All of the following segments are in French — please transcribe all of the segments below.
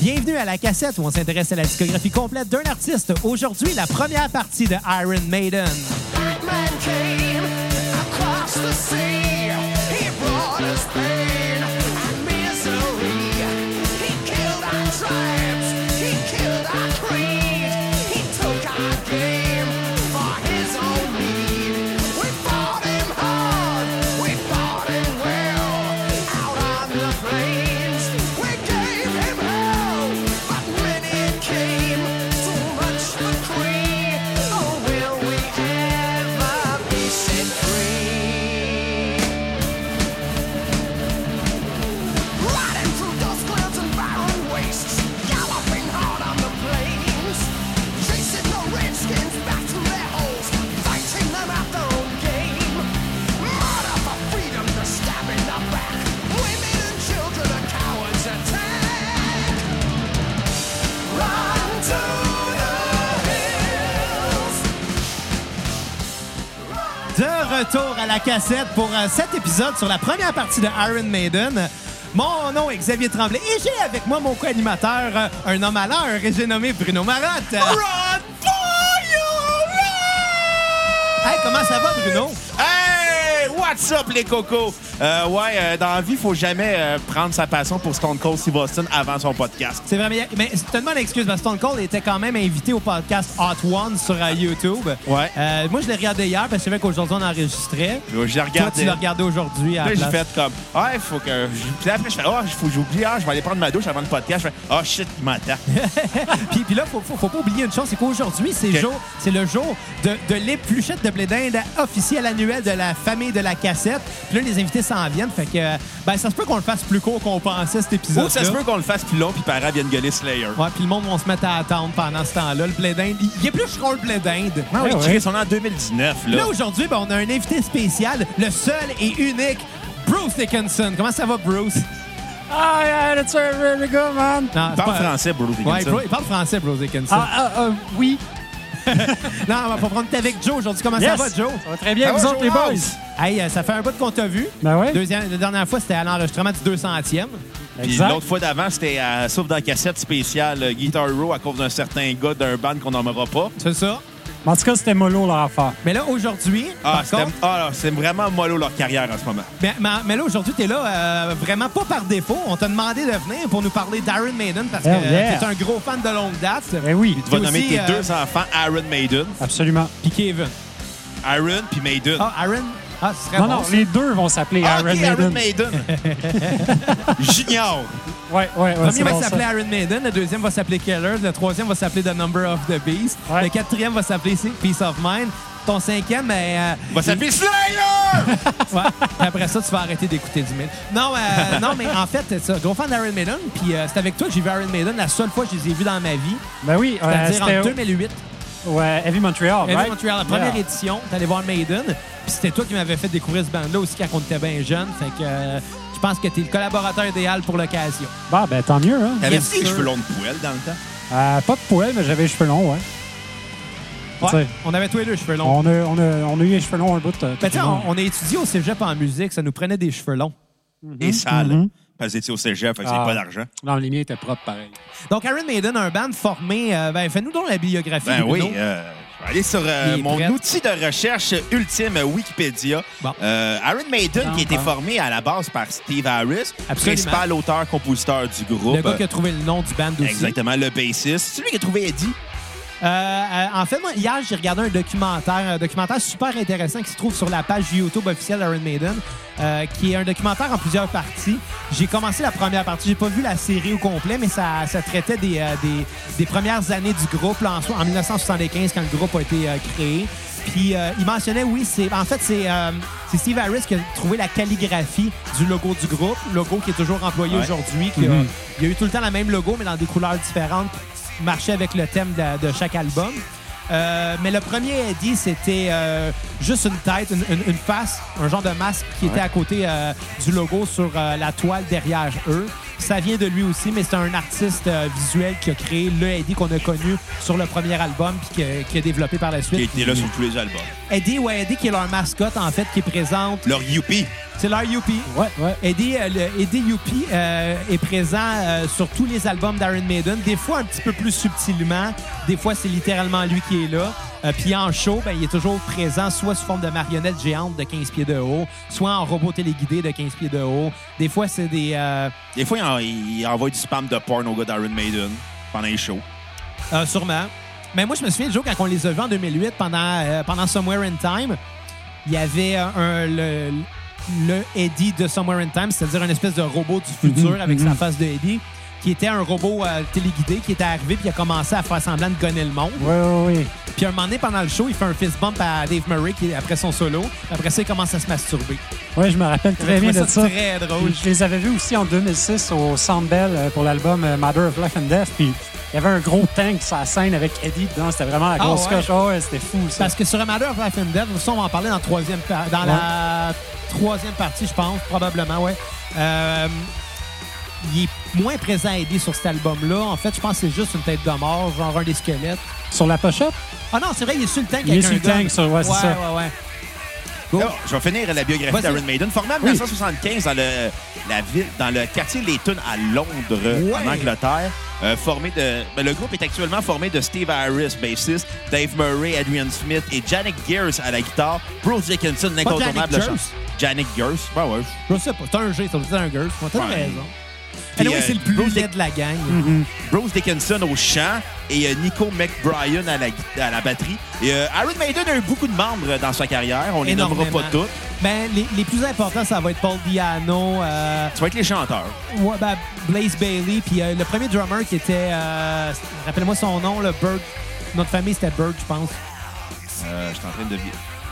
Bienvenue à la cassette où on s'intéresse à la discographie complète d'un artiste. Aujourd'hui, la première partie de Iron Maiden. Batman came across the sea. He brought us pain and misery. He killed our tribes. He killed our creed. He took our game for his own need. We fought him hard. We fought him well. Out on the plains, we gave him hell. But when it came to much for creed, oh, will we ever be set free? Riding through those clouds and barren wastes, galloping hard on the plains, chasing the redskins back to their holes, fighting them at their own game. Murder for freedom, the stab in the back. Women and children, a coward's attack. Run to the hills. De retour à la cassette pour euh, cet épisode sur la première partie de Iron Maiden. Mon nom est Xavier Tremblay et j'ai avec moi mon co-animateur, euh, un homme à l'heure, et j'ai nommé Bruno Marotte. Run for your life! Hey, comment ça va, Bruno? Hey! What's up, les cocos? Euh, ouais, euh, dans la vie, faut jamais euh, prendre sa passion pour Stone Cold Steve Austin avant son podcast. C'est vraiment. Mais c'est tellement l'excuse, parce que Stone Cold était quand même invité au podcast Hot One sur euh, YouTube. Ouais. Euh, moi, je l'ai regardé hier parce que je savais qu'aujourd'hui, on enregistrait. Euh, Je l'ai Toi, tu regardé. l'as regardé aujourd'hui à la Là, j'ai place. fait comme, ouais, faut que. Puis après, je fais, oh, faut que j'oublie, ah, je vais aller prendre ma douche avant le podcast. Je fais, oh shit, il m'attend. puis, puis là, faut, faut, faut pas oublier une chose, c'est qu'aujourd'hui, c'est Ok. jour- c'est le jour de, de l'épluchette de blé d'Inde officielle annuelle de la famille de la cassette. Puis là, les invités s'en viennent. Fait que, ben, ça se peut qu'on le fasse plus court qu'on pensait cet épisode. Ou ça se peut qu'on le fasse plus long, puis Parra vienne gueuler Slayer. Ouais, puis le monde vont se mettre à attendre pendant ce temps-là. Le blé d'Inde, il- il éplucheront le blé d'Inde. Ah oui, Ouais, ouais. Chris, on est en 2019, là. Là, aujourd'hui, ben, on a un invité spécial, le seul et unique, Bruce Dickinson. Comment ça va, Bruce? Ah, yeah, that's right, right, right, go, man. Non, c'est Parle pas- français, Bruce Ouais, Dickinson. Bru- il parle français, Bruce Dickinson. Ah, ah, ah, oui. Non, on va pas prendre t'es avec Joe aujourd'hui. Comment ça Yes. va, Joe? Ça va très bien, Ah, vous bonjour, autres, les Rose. boys. Hey, euh, ça fait un bout qu'on t'a vu. Ben ouais. Deuxième, la dernière fois, c'était à l'enregistrement du 200e. Puis Exact. l'autre fois d'avant, c'était à Sauf dans la cassette spéciale euh, Guitar Hero à cause d'un certain gars d'un band qu'on nommera pas. C'est ça. Mais En tout cas, c'était mollo, leur affaire. Mais là, aujourd'hui, Ah, par c'était- contre, ah, c'est vraiment mollo leur carrière en ce moment. mais, mais- mais là, aujourd'hui, t'es là euh, vraiment pas par défaut. On t'a demandé de venir pour nous parler d'Iron Maiden parce que Hell yeah. t'es un gros fan de longue date. Ben oui, Tu vas Puis nommer aussi, tes euh, deux enfants Aaron Maiden. absolument. Puis Kevin. Aaron puis Maiden. Ah, Aaron? Ah, ce serait Non, bon, non, ça. les deux vont s'appeler Ah, Iron ok, Maiden. Junior. Ouais, ouais, ouais, Le premier c'est va bon ça. s'appeler Iron Maiden, le deuxième va s'appeler Killers, le troisième va s'appeler The Number of the Beast, Ouais. le quatrième va s'appeler Peace of Mind, ton cinquième, ben, euh, Va s'appeler Slayer! Ouais. Puis après ça, tu vas arrêter d'écouter du Maiden. Non, euh, non, mais en fait, c'est ça. Gros fan d'Iron Maiden. Puis euh, c'est avec toi que j'ai vu Iron Maiden la seule fois que je les ai vus dans ma vie. Ben oui, euh, C'est-à-dire en c'était 2008. ouais, Heavy Montreal, Heavy right? Montreal, la première Yeah. édition, t'allais voir Maiden. Puis c'était toi qui m'avais fait découvrir ce band-là aussi quand on était bien jeune. Fait que euh, je pense que t'es le collaborateur idéal pour l'occasion. Bah, ben tant mieux, hein. T'avais Yes, dit les sir. cheveux longs de poêle dans le temps. Euh, pas de poil, mais j'avais les cheveux longs, ouais. Ouais. T'sais. On avait tous les deux cheveux longs. On a, on, a, on a eu les cheveux longs un bout. euh, Ben, tout t'sais, le long. on, on a étudié au cégep en musique, ça nous prenait des cheveux longs. Et sale. Parce que j'étais au cégep, fait que j'avais Ah. pas d'argent. Non, les miens étaient propres, pareil. Donc, Iron Maiden, un band formé. euh, ben, fais-nous donc la biographie. Ben Bruno. oui, euh, je vais aller sur euh, Il est mon prêt. outil de recherche ultime, euh, Wikipédia. Bon. Euh, Iron Maiden, qui a été Bon. formé à la base par Steve Harris, Absolument. principal auteur-compositeur du groupe. Le gars qui a trouvé le nom du band aussi. oh, ben. Exactement, le bassiste. C'est lui qui a trouvé Eddie. Euh, euh, en fait, moi, hier, j'ai regardé un documentaire, un documentaire super intéressant qui se trouve sur la page YouTube officielle d'Iron Maiden, euh, qui est un documentaire en plusieurs parties. J'ai commencé la première partie, j'ai pas vu la série au complet, mais ça, ça traitait des, euh, des, des premières années du groupe, là, en, so- en 1975, quand le groupe a été euh, créé. Puis euh, il mentionnait, oui, c'est en fait, c'est euh, c'est Steve Harris qui a trouvé la calligraphie du logo du groupe, logo qui est toujours employé Ouais. aujourd'hui. qui a- Il y a eu tout le temps le même logo, mais dans des couleurs différentes, qui marchait avec le thème de, de chaque album. Euh, mais le premier Eddie, c'était euh, juste une tête, une, une- une face, un genre de masque qui était à côté euh, du logo sur euh, la toile derrière eux. Ça vient de lui aussi, mais c'est un artiste euh, visuel qui a créé le Eddie qu'on a connu sur le premier album puis qui a, qui a développé par la suite. Qui était là sur tous les albums. Eddie, ouais, Eddie qui est leur mascotte, en fait, qui est présente. Leur Youpi. C'est leur Youpi. Ouais, ouais. Eddie, euh, le- Eddie Youpi euh, est présent euh, sur tous les albums d'Iron Maiden, des fois un petit peu plus subtilement, des fois c'est littéralement lui qui est là. Euh, Puis en show, ben, il est toujours présent soit sous forme de marionnette géante de 15 pieds de haut, soit en robot téléguidé de 15 pieds de haut. Des fois, c'est des... euh, Des fois, il, en- il envoie du spam de porn au gars d'Iron Maiden pendant les shows. Euh, sûrement. Mais moi, je me souviens du jour quand on les a vus en 2008 pendant, euh, pendant Somewhere in Time. Il y avait euh, un, le, le Eddie de Somewhere in Time, c'est-à-dire un espèce de robot du futur Mhm, avec sa face de Eddie, qui était un robot euh, téléguidé qui était arrivé puis il a commencé à faire semblant de gonner le monde. Ouais, ouais, ouais. Puis un moment donné, pendant le show, il fait un fist bump à Dave Murray qui, après son solo. Après ça, il commence à se masturber. Ouais, je me rappelle J'ai très bien trouvé de ça ça. très drôle. Puis Je les avais vus aussi en 2006 au Soundbell pour l'album euh, Matter of Life and Death. Puis il y avait un gros tank sur la scène avec Eddie dedans. C'était vraiment la Ah, grosse ouais. coche. Ah ouais, c'était fou ça. Parce que sur A Matter of Life and Death, E ça, on va en parler dans, la troisième par- dans la troisième partie, je pense, probablement, ouais. Euh, il est moins présent à aider sur cet album-là. En fait, je pense que c'est juste une tête de mort, genre un des squelettes. Sur la pochette, Ah non, c'est vrai, il est sur le tank Il avec est sur un le tank, gun. ça, ouais, c'est ça. Ouais, ouais, Bon. Alors, je vais finir la biographie Oh. Vas-y. d'Iron Maiden. Formé en Oui. 1975 dans le, la ville, dans le quartier Layton à Londres, en Angleterre. Euh, formé de, ben, le groupe est actuellement formé de Steve Harris, bassiste, Dave Murray, Adrian Smith et Janet Gears à la guitare, Bruce Dickinson, Janet l'incontournable de Gears? Janet Gears, ben ouais. Je sais pas. C'est un G, ça veut dire un girl. Moi, t'as Ouais. raison. Puis, Anyway, euh, c'est le plus Bruce Mm-hmm. laid de la gang. Bruce Dickinson au chant et euh, Nico McBrien à la, gui- à la batterie. Et, euh, Iron Maiden a eu beaucoup de membres euh, dans sa carrière. On les nommera Énormément. pas tous. Ben, les, les plus importants, ça va être Paul Diano, euh, Ça va être les chanteurs. Ouais, ben, Blaze Bailey, puis euh, le premier drummer qui était, euh, rappelle-moi son nom, le Bird. Notre famille, c'était Bird, je pense. Euh, je suis en train de...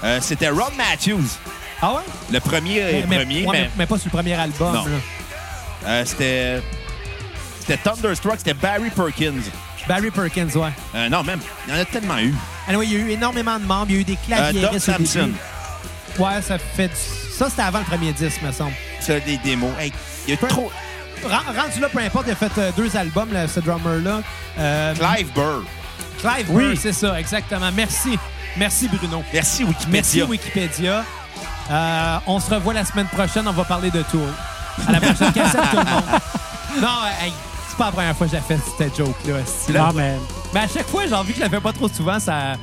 Euh, C'était Ron Matthews. Ah ouais? Le premier, euh, premier, ouais, mais, mais- mais pas sur le premier album. Non. là. euh, c'était. C'était Thunderstruck, c'était Barry Perkins. Barry Perkins, ouais. Euh, non, même, il y en a tellement eu. Anyway, il y a eu énormément de membres. Ah, Il y a eu des Euh, Doc claviéristes. au début. Samson, Ouais, ça fait du- Ça, c'était avant le premier disque, me semble. c'est des démos. Hey, il y a eu trop. Ren- Rendu là, peu importe, il a fait euh, deux albums, là, ce drummer-là. Euh, Clive Burr. Clive Oui. Burr, c'est ça, exactement. Merci. Merci, Bruno. Merci Wikipédia. Merci Wikipédia. Euh, on se revoit la semaine prochaine. On va parler de tour. À la prochaine cassette, tout le monde. Non, euh, hey, c'est pas la première fois que j'ai fait cette joke-là. hostie. non, mais Mais à chaque fois, j'ai envie que je la fais pas trop souvent. Ça,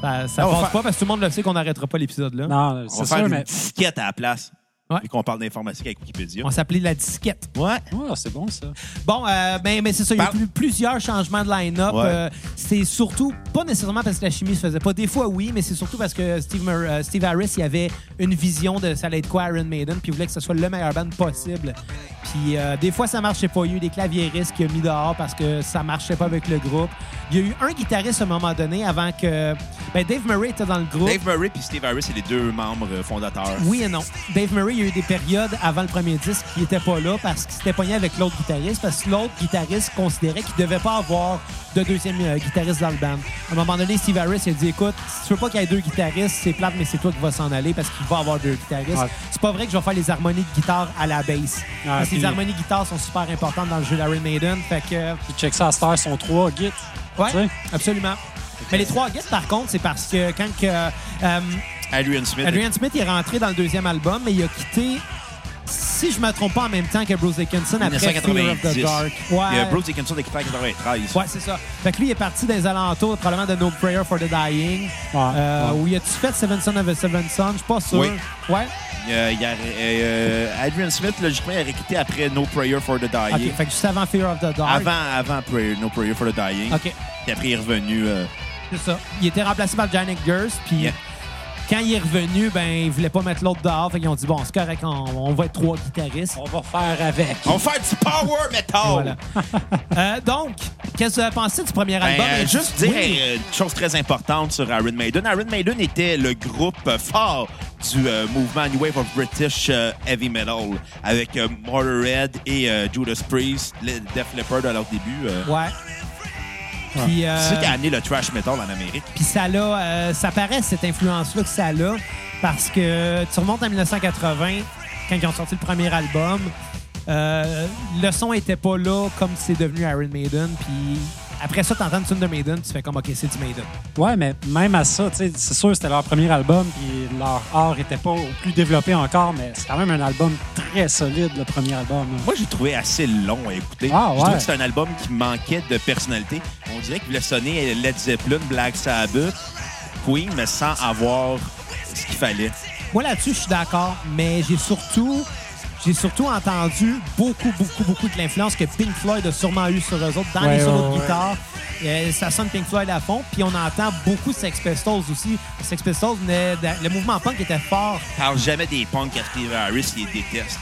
ça, ça Ah, on va passe faire- pas parce que tout le monde le sait qu'on n'arrêtera pas l'épisode là. non, On va c'est faire sûr, une mais. disquette à la place. Ouais. Vu qu'on parle d'informatique avec Wikipédia. On s'appelait la disquette. Ouais. Ah, c'est bon ça. Bon, euh, ben, mais c'est ça, il y a Parle- eu plusieurs changements de line-up. Ouais. Euh, c'est surtout, pas nécessairement parce que la chimie se faisait pas. Des fois, oui, mais c'est surtout parce que Steve, Mur- euh, Steve Harris, il avait une vision de ça allait être quoi Iron Maiden, puis il voulait que ce soit le meilleur band possible. Puis euh, des fois, ça marchait pas. Il y a eu des claviéristes qui a mis dehors parce que ça marchait pas avec le groupe. Il y a eu un guitariste à un moment donné avant que... Ben, Dave Murray était dans le groupe. Dave Murray et Steve Harris, c'est les deux membres euh, fondateurs. Oui et non. Dave Murray, il y a eu des périodes avant le premier disque qui n'était pas là parce qu'il s'était pogné avec l'autre guitariste, parce que l'autre guitariste considérait qu'il devait pas avoir de deuxième euh, guitariste dans le band. À un moment donné, Steve Harris il a dit Écoute, si tu veux pas qu'il y ait deux guitaristes, c'est plate, mais c'est toi qui vas s'en aller parce qu'il va avoir deux guitaristes. Ouais. C'est pas vrai que je vais faire les harmonies de guitare à la bass. Ah, parce que les puis- harmonies de guitare sont super importantes dans le jeu d'Iron Maiden. Fait que. Puis check ça à Star, sont trois gits. Ouais, Tu sais? absolument. Mais les trois guettes, par contre, c'est parce que quand que, euh, Adrian Smith. Adrian Smith est rentré dans le deuxième album, mais il a quitté, si je me trompe pas, en même temps que Bruce Dickinson après Fear of 1990. the Dark. Il y a Ouais, Bruce Dickinson de 93. ouais c'est ça. Fait que lui, il est parti des alentours, probablement de No Prayer for the Dying. Ouais, Euh, ouais. Où il a-tu fait Seven Son of a Seven Son? Je suis pas sûr. Oui. Ouais? Euh, il y a- euh, Adrian Smith, logiquement, il aurait quitté après No Prayer for the Dying. OK, fait que juste avant Fear of the Dark. Avant, avant Prayer- No Prayer for the Dying. OK, Puis après, il est revenu. euh, c'est ça. Il était remplacé par Janet Gers, puis... Yeah. Quand il est revenu, ben, ils voulaient pas mettre l'autre dehors. Fait qu'ils ont dit, bon, c'est correct, on, on va être trois guitaristes. On va faire avec. On va faire du power metal! Voilà. Euh, donc, qu'est-ce que vous avez pensé du premier Ben, album? euh, Ben, juste dire oui. euh, une chose très importante sur Iron Maiden. Iron Maiden était le groupe euh, fort du euh, mouvement New Wave of British euh, Heavy Metal avec euh, Motorhead et euh, Judas Priest, le- Def Leppard à leur début. euh. Ouais. Ah. Puis, euh, C'est ça qui a amené le thrash metal en Amérique. puis ça l'a, euh, ça paraît cette influence-là que ça l'a, parce que tu remontes à 1980, quand ils ont sorti le premier album, Euh, le son était pas là comme c'est devenu Iron Maiden. Puis après ça, t'entends une tune de Maiden, tu fais comme, OK, c'est du Maiden. Ouais, mais même à ça, tu sais, c'est sûr c'était leur premier album, puis leur art était pas au plus développé encore, mais c'est quand même un album très solide, le premier album. là. Moi, j'ai trouvé assez long à écouter. Ah, Je trouve ouais. que c'est un album qui manquait de personnalité. On dirait qu'il voulait sonner Led Zeppelin, Black Sabbath, Queen, mais sans avoir ce qu'il fallait. Moi, là-dessus, je suis d'accord, mais j'ai surtout, j'ai surtout entendu beaucoup, beaucoup, beaucoup de l'influence que Pink Floyd a sûrement eu sur eux autres dans Ouais, les solos ouais, de ouais. guitare. Euh, ça sonne Pink Floyd à fond, puis on entend beaucoup Sex Pistols aussi. Sex Pistols, venait de- le mouvement punk était fort. Parle jamais des punks à Steve Harris, il les déteste.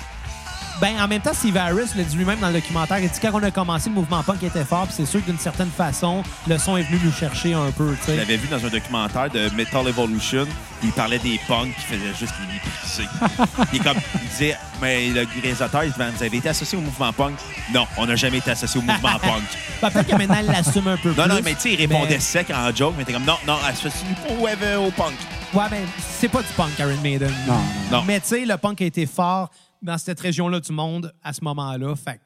Ben, en même temps, Steve Harris le dit lui-même dans le documentaire. Il dit quand on a commencé, le mouvement punk était fort, puis c'est sûr que d'une certaine façon, le son est venu nous chercher un peu, tu Je sais. l'avais vu dans un documentaire de Metal Evolution. Il parlait des punks qui faisaient juste les mépriser. il, est comme, il disait, mais le réalisateur, il disait, vous avez été associé au mouvement punk? Non, on n'a jamais été associé au mouvement punk. Ben, Peut-être que maintenant, il l'assume un peu Non, plus. non, mais tu sais, il répondait sec en joke, mais il était comme, non, non, associe-nous au, euh, au punk. Ouais, ben, c'est pas du punk, Iron Maiden. Non, non, non. Mais tu sais, le punk a été fort dans cette région-là du monde à ce moment-là. Fait. que-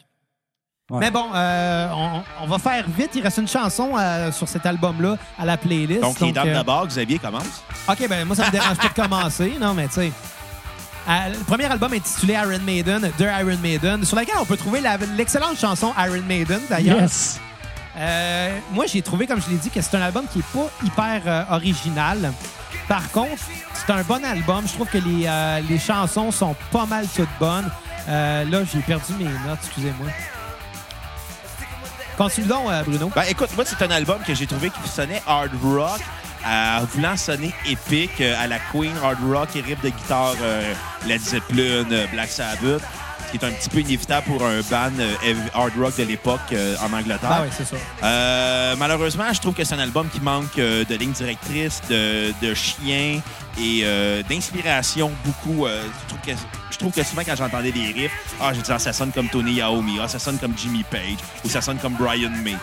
Ouais. Mais bon, euh, on, on va faire vite. Il reste une chanson euh, sur cet album-là à la playlist. Donc, les dames euh, d'abord, Xavier commence. OK, ben moi, ça me dérange pas de commencer. Non, mais tu sais. Euh, le premier album intitulé Iron Maiden, de Iron Maiden, sur laquelle on peut trouver la- l'excellente chanson Iron Maiden, d'ailleurs. Yes! Euh, moi, j'ai trouvé, comme je l'ai dit, que c'est un album qui n'est pas hyper euh, original. Par contre, c'est un bon album. Je trouve que les, euh, les chansons sont pas mal toutes bonnes. Euh, là, j'ai perdu mes notes, excusez-moi. Continue donc, euh, Bruno. Ben, écoute, moi, c'est un album que j'ai trouvé qui sonnait hard rock, euh, voulant sonner épique euh, à la Queen, hard rock et riff de guitare euh, Led Zeppelin, euh, Black Sabbath, ce qui est un petit peu inévitable pour un band euh, heavy- hard rock de l'époque euh, en Angleterre. Ah oui, c'est ça. Euh, malheureusement, je trouve que c'est un album qui manque euh, de ligne directrice, de, de chien et euh, d'inspiration beaucoup. euh, je, trouve que, je trouve que souvent quand j'entendais les riffs, ah, je disais ah, ça sonne comme Tony Yaomi, ah, ça sonne comme Jimmy Page ou ça sonne comme Brian May.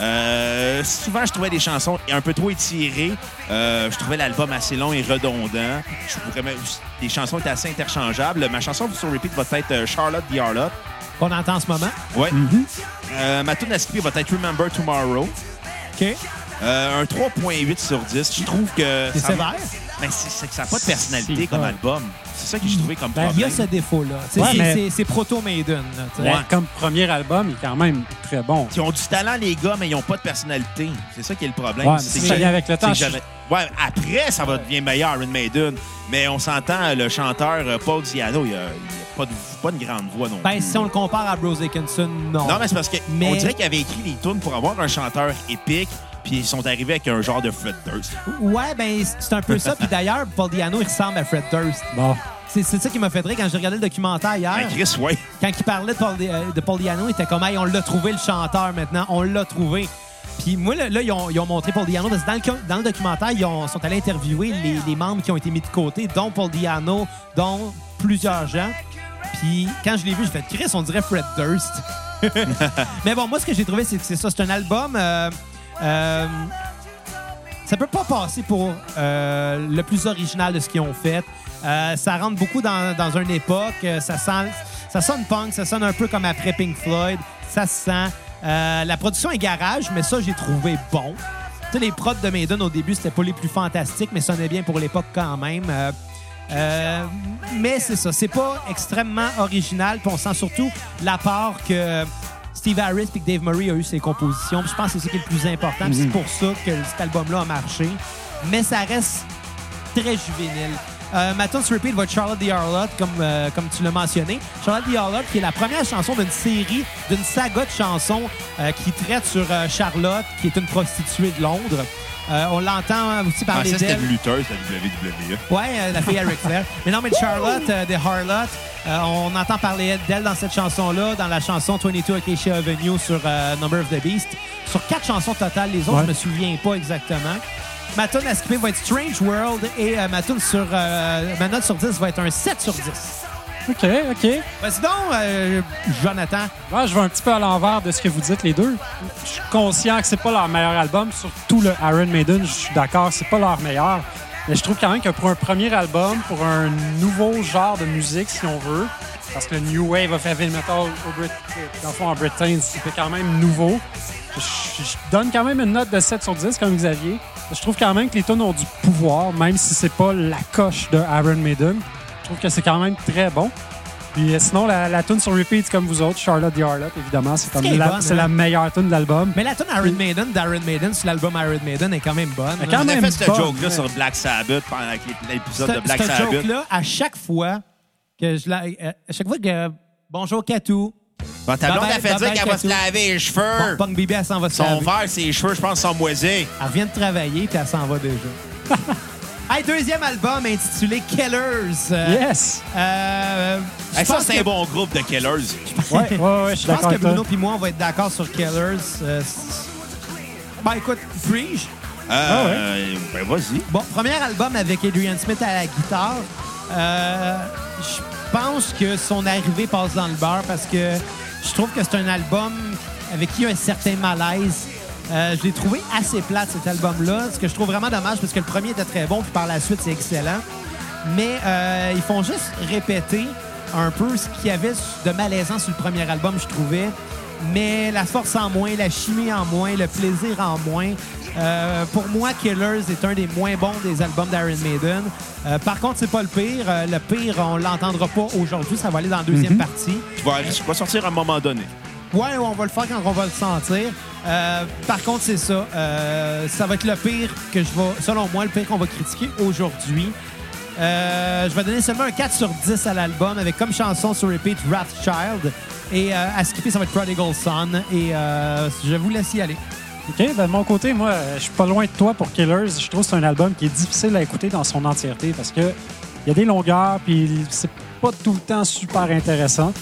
Euh, souvent, je trouvais des chansons un peu trop étirées. Euh, je trouvais l'album assez long et redondant. Je pourrais même- les chansons étaient assez interchangeables. Ma chanson sur repeat va être euh, Charlotte the Harlot. Qu'on entend en ce moment. Ouais. Euh, ma tune à skipper va être Remember Tomorrow. OK. Euh, un 3.8 sur 10. Je trouve que. C'est ça- sévère. Ben, c'est c'est que ça n'a pas de personnalité C'est comme pas- album. C'est ça que j'ai trouvé comme Ben, Euh, Il y problème. a ce défaut-là. Tu sais, Ouais, c'est- mais- c'est- C'est proto-Maiden. là, tu sais. Mais Comme premier album, il est quand même très bon. Ils ont du talent, les gars, mais ils n'ont pas de personnalité. C'est ça qui est le problème. Ouais, mais C'est ça que j'ai- vient avec le c'est temps. que j'avais- Ouais, après, ça va devenir meilleur, Iron Maiden. Mais on s'entend, le chanteur euh, Paul Diano, il n'a pas, de- pas une grande voix non Ben, plus. si on le compare à Bruce Dickinson, non. Non, mais c'est parce qu'on Mais- dirait qu'il avait écrit les tunes pour avoir un chanteur épique, puis ils sont arrivés avec un genre de Fred Durst. Ouais, ben, c'est un peu ça. Puis d'ailleurs, Paul Diano, il ressemble à Fred Durst. Bon, C'est c'est ça qui m'a fait rire quand j'ai regardé le documentaire hier. Ben, Chris, ouais. quand il parlait de Paul, euh, de Paul Diano, il était comme, hey, on l'a trouvé le chanteur maintenant, on l'a trouvé. Puis moi, là, là, ils, ont, ils ont montré Paul Diano, parce que dans le, co- dans le documentaire, ils ont- sont allés interviewer les, les membres qui ont été mis de côté, dont Paul Diano, dont plusieurs gens. Puis quand je l'ai vu, j'ai fait, Chris, on dirait Fred Durst. Mais bon, moi, ce que j'ai trouvé, c'est que c'est ça, c'est un album. euh, euh, ça peut pas passer pour euh, le plus original de ce qu'ils ont fait. Euh, ça rentre beaucoup dans, dans une époque. Euh, Ça, sent, ça sonne punk, ça sonne un peu comme après Pink Floyd. Ça se sent. Euh, la production est garage, mais ça, j'ai trouvé bon. Tu sais, les prods de Maiden au début, c'était pas les plus fantastiques, mais sonnaient bien pour l'époque quand même. Euh, euh, mais c'est ça, c'est pas extrêmement original. Puis on sent surtout la part que Steve Harris et Dave Murray ont eu ses compositions. Puis je pense que c'est ça qui est le plus important. Mhm. Puis C'est pour ça que cet album-là a marché. Mais ça reste très juvénile. Euh, ma tune sur repeat va être Charlotte the Harlot, comme, euh, comme tu l'as mentionné. Charlotte the Harlot, qui est la première chanson d'une série, d'une saga de chansons euh, qui traite sur euh, Charlotte, qui est une prostituée de Londres. Euh, on l'entend aussi Ah, parler ça, c'était d'elle. une lutteuse, la E. WWE. Ouais, euh, la fille Eric Flair. Mais non, mais Charlotte euh, de Harlot, euh, on entend parler d'elle dans cette chanson-là, dans la chanson 22 Acacia Avenue sur euh, Number of the Beast. Sur quatre chansons totales, les autres, Ouais. je me souviens pas exactement. Ma tune à skipper va être Strange World et euh, ma tune sur euh, ma note sur 10 va être un 7 sur 10. OK, OK. Vas-y donc, euh, Jonathan. Moi, je vais un petit peu à l'envers de ce que vous dites les deux. Je suis conscient que c'est pas leur meilleur album, surtout le Iron Maiden, je suis d'accord, c'est pas leur meilleur. Mais je trouve quand même que pour un premier album, pour un nouveau genre de musique, si on veut, Parce que le New Wave of Heavy Metal, au Brit... dans le fond, en Britain, c'était quand même nouveau. Je, je donne quand même une note de 7 sur 10, comme Xavier. Je trouve quand même que les tunes ont du pouvoir, même si c'est pas la coche de Iron Maiden. Je trouve que c'est quand même très bon. Puis euh, sinon, la, la tune sur repeat, comme vous autres, Charlotte the Harlot, évidemment, c'est comme qu'elle est la, bonne, c'est hein? la meilleure tune de l'album. Mais la tune Iron Maiden d'Iron Maiden sur l'album Iron Maiden est quand même bonne. Mais quand hein. On a même fait ce pas, joke-là ouais. sur Black Sabbath pendant que l'épisode de Ce- Black ce Sabbath. joke-là, à chaque fois que je la. euh, à chaque fois que. euh, Bonjour Katou. Bon, ta blonde Bye-bye, a fait dire bye-bye, qu'elle va se Katou. laver les cheveux. Bon, Punk Bibi, elle s'en va se Son laver. verre, ses cheveux, je pense, sont moisis. Elle vient de travailler puis elle s'en va déjà. hey, deuxième album intitulé Killers. Euh, Yes! euh, je Hey, ça, pense c'est que- un bon groupe de killers. Ouais, ouais, ouais, je Je suis pense d'accord que avec toi. Bruno puis moi, on va être d'accord sur Killers. Euh, c'est- ben écoute, Frige, Euh, Ben, vas-y. Bon, premier album avec Adrian Smith à la guitare. Euh, je pense que son arrivée passe dans le bar parce que je trouve que c'est un album avec qui il y a un certain malaise. Euh, je l'ai trouvé assez plate, cet album-là, ce que je trouve vraiment dommage parce que le premier était très bon, puis par la suite, c'est excellent. Mais euh, ils font juste répéter un peu ce qu'il y avait de malaisant sur le premier album, je trouvais. Mais la force en moins, la chimie en moins, le plaisir en moins. Euh, pour moi, Killers est un des moins bons des albums d'Iron Maiden. Euh, par contre, c'est pas le pire. Euh, le pire, on l'entendra pas aujourd'hui. Ça va aller dans la deuxième partie. Tu vas, tu vas sortir à un moment donné. Ouais, on va le faire quand on va le sentir. Euh, par contre, c'est ça. Euh, ça va être le pire que je vais, selon moi, le pire qu'on va critiquer aujourd'hui. Euh, je vais donner seulement un 4 sur 10 à l'album avec comme chanson sur repeat Wrathchild. Et euh, à skipper, ça va être Prodigal Son. Et euh, je vous laisse y aller. OK, ben de mon côté, moi, euh, je suis pas loin de toi pour Killers. Je trouve que c'est un album qui est difficile à écouter dans son entièreté parce que il y a des longueurs, puis c'est pas tout le temps super intéressant.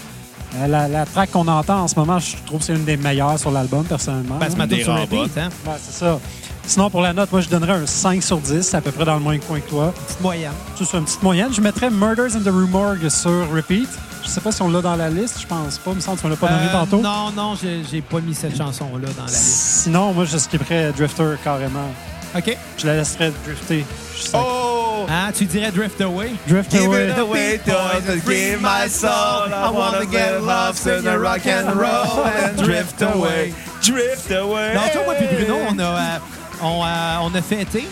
Euh, la, la track qu'on entend en ce moment, je trouve que c'est une des meilleures sur l'album, personnellement. Parce que ma Des tune sur rembottes. repeat, hein, Ouais, c'est ça. Sinon, pour la note, moi, je donnerais un 5 sur 10, c'est à peu près dans le même coin que toi. petite moyenne. Tout sur une petite moyenne. Je mettrais Murders in the Rumorg sur repeat. Je sais pas si on l'a dans la liste, je pense pas. Il me semble qu'on l'a pas donné Euh, tantôt. Non, non, j'ai j'ai pas mis cette chanson-là dans la liste. Sinon, moi, je skipperais Drifter carrément. OK. Je la laisserais drifter. Je sais. Oh! Ah, tu dirais Drift Away? Drift Give away. it away, toys, and free my soul. I wanna get lost in the rock and roll and drift away, drift away. Non, toi, moi puis Bruno, on a, euh, on, euh, on a fêté.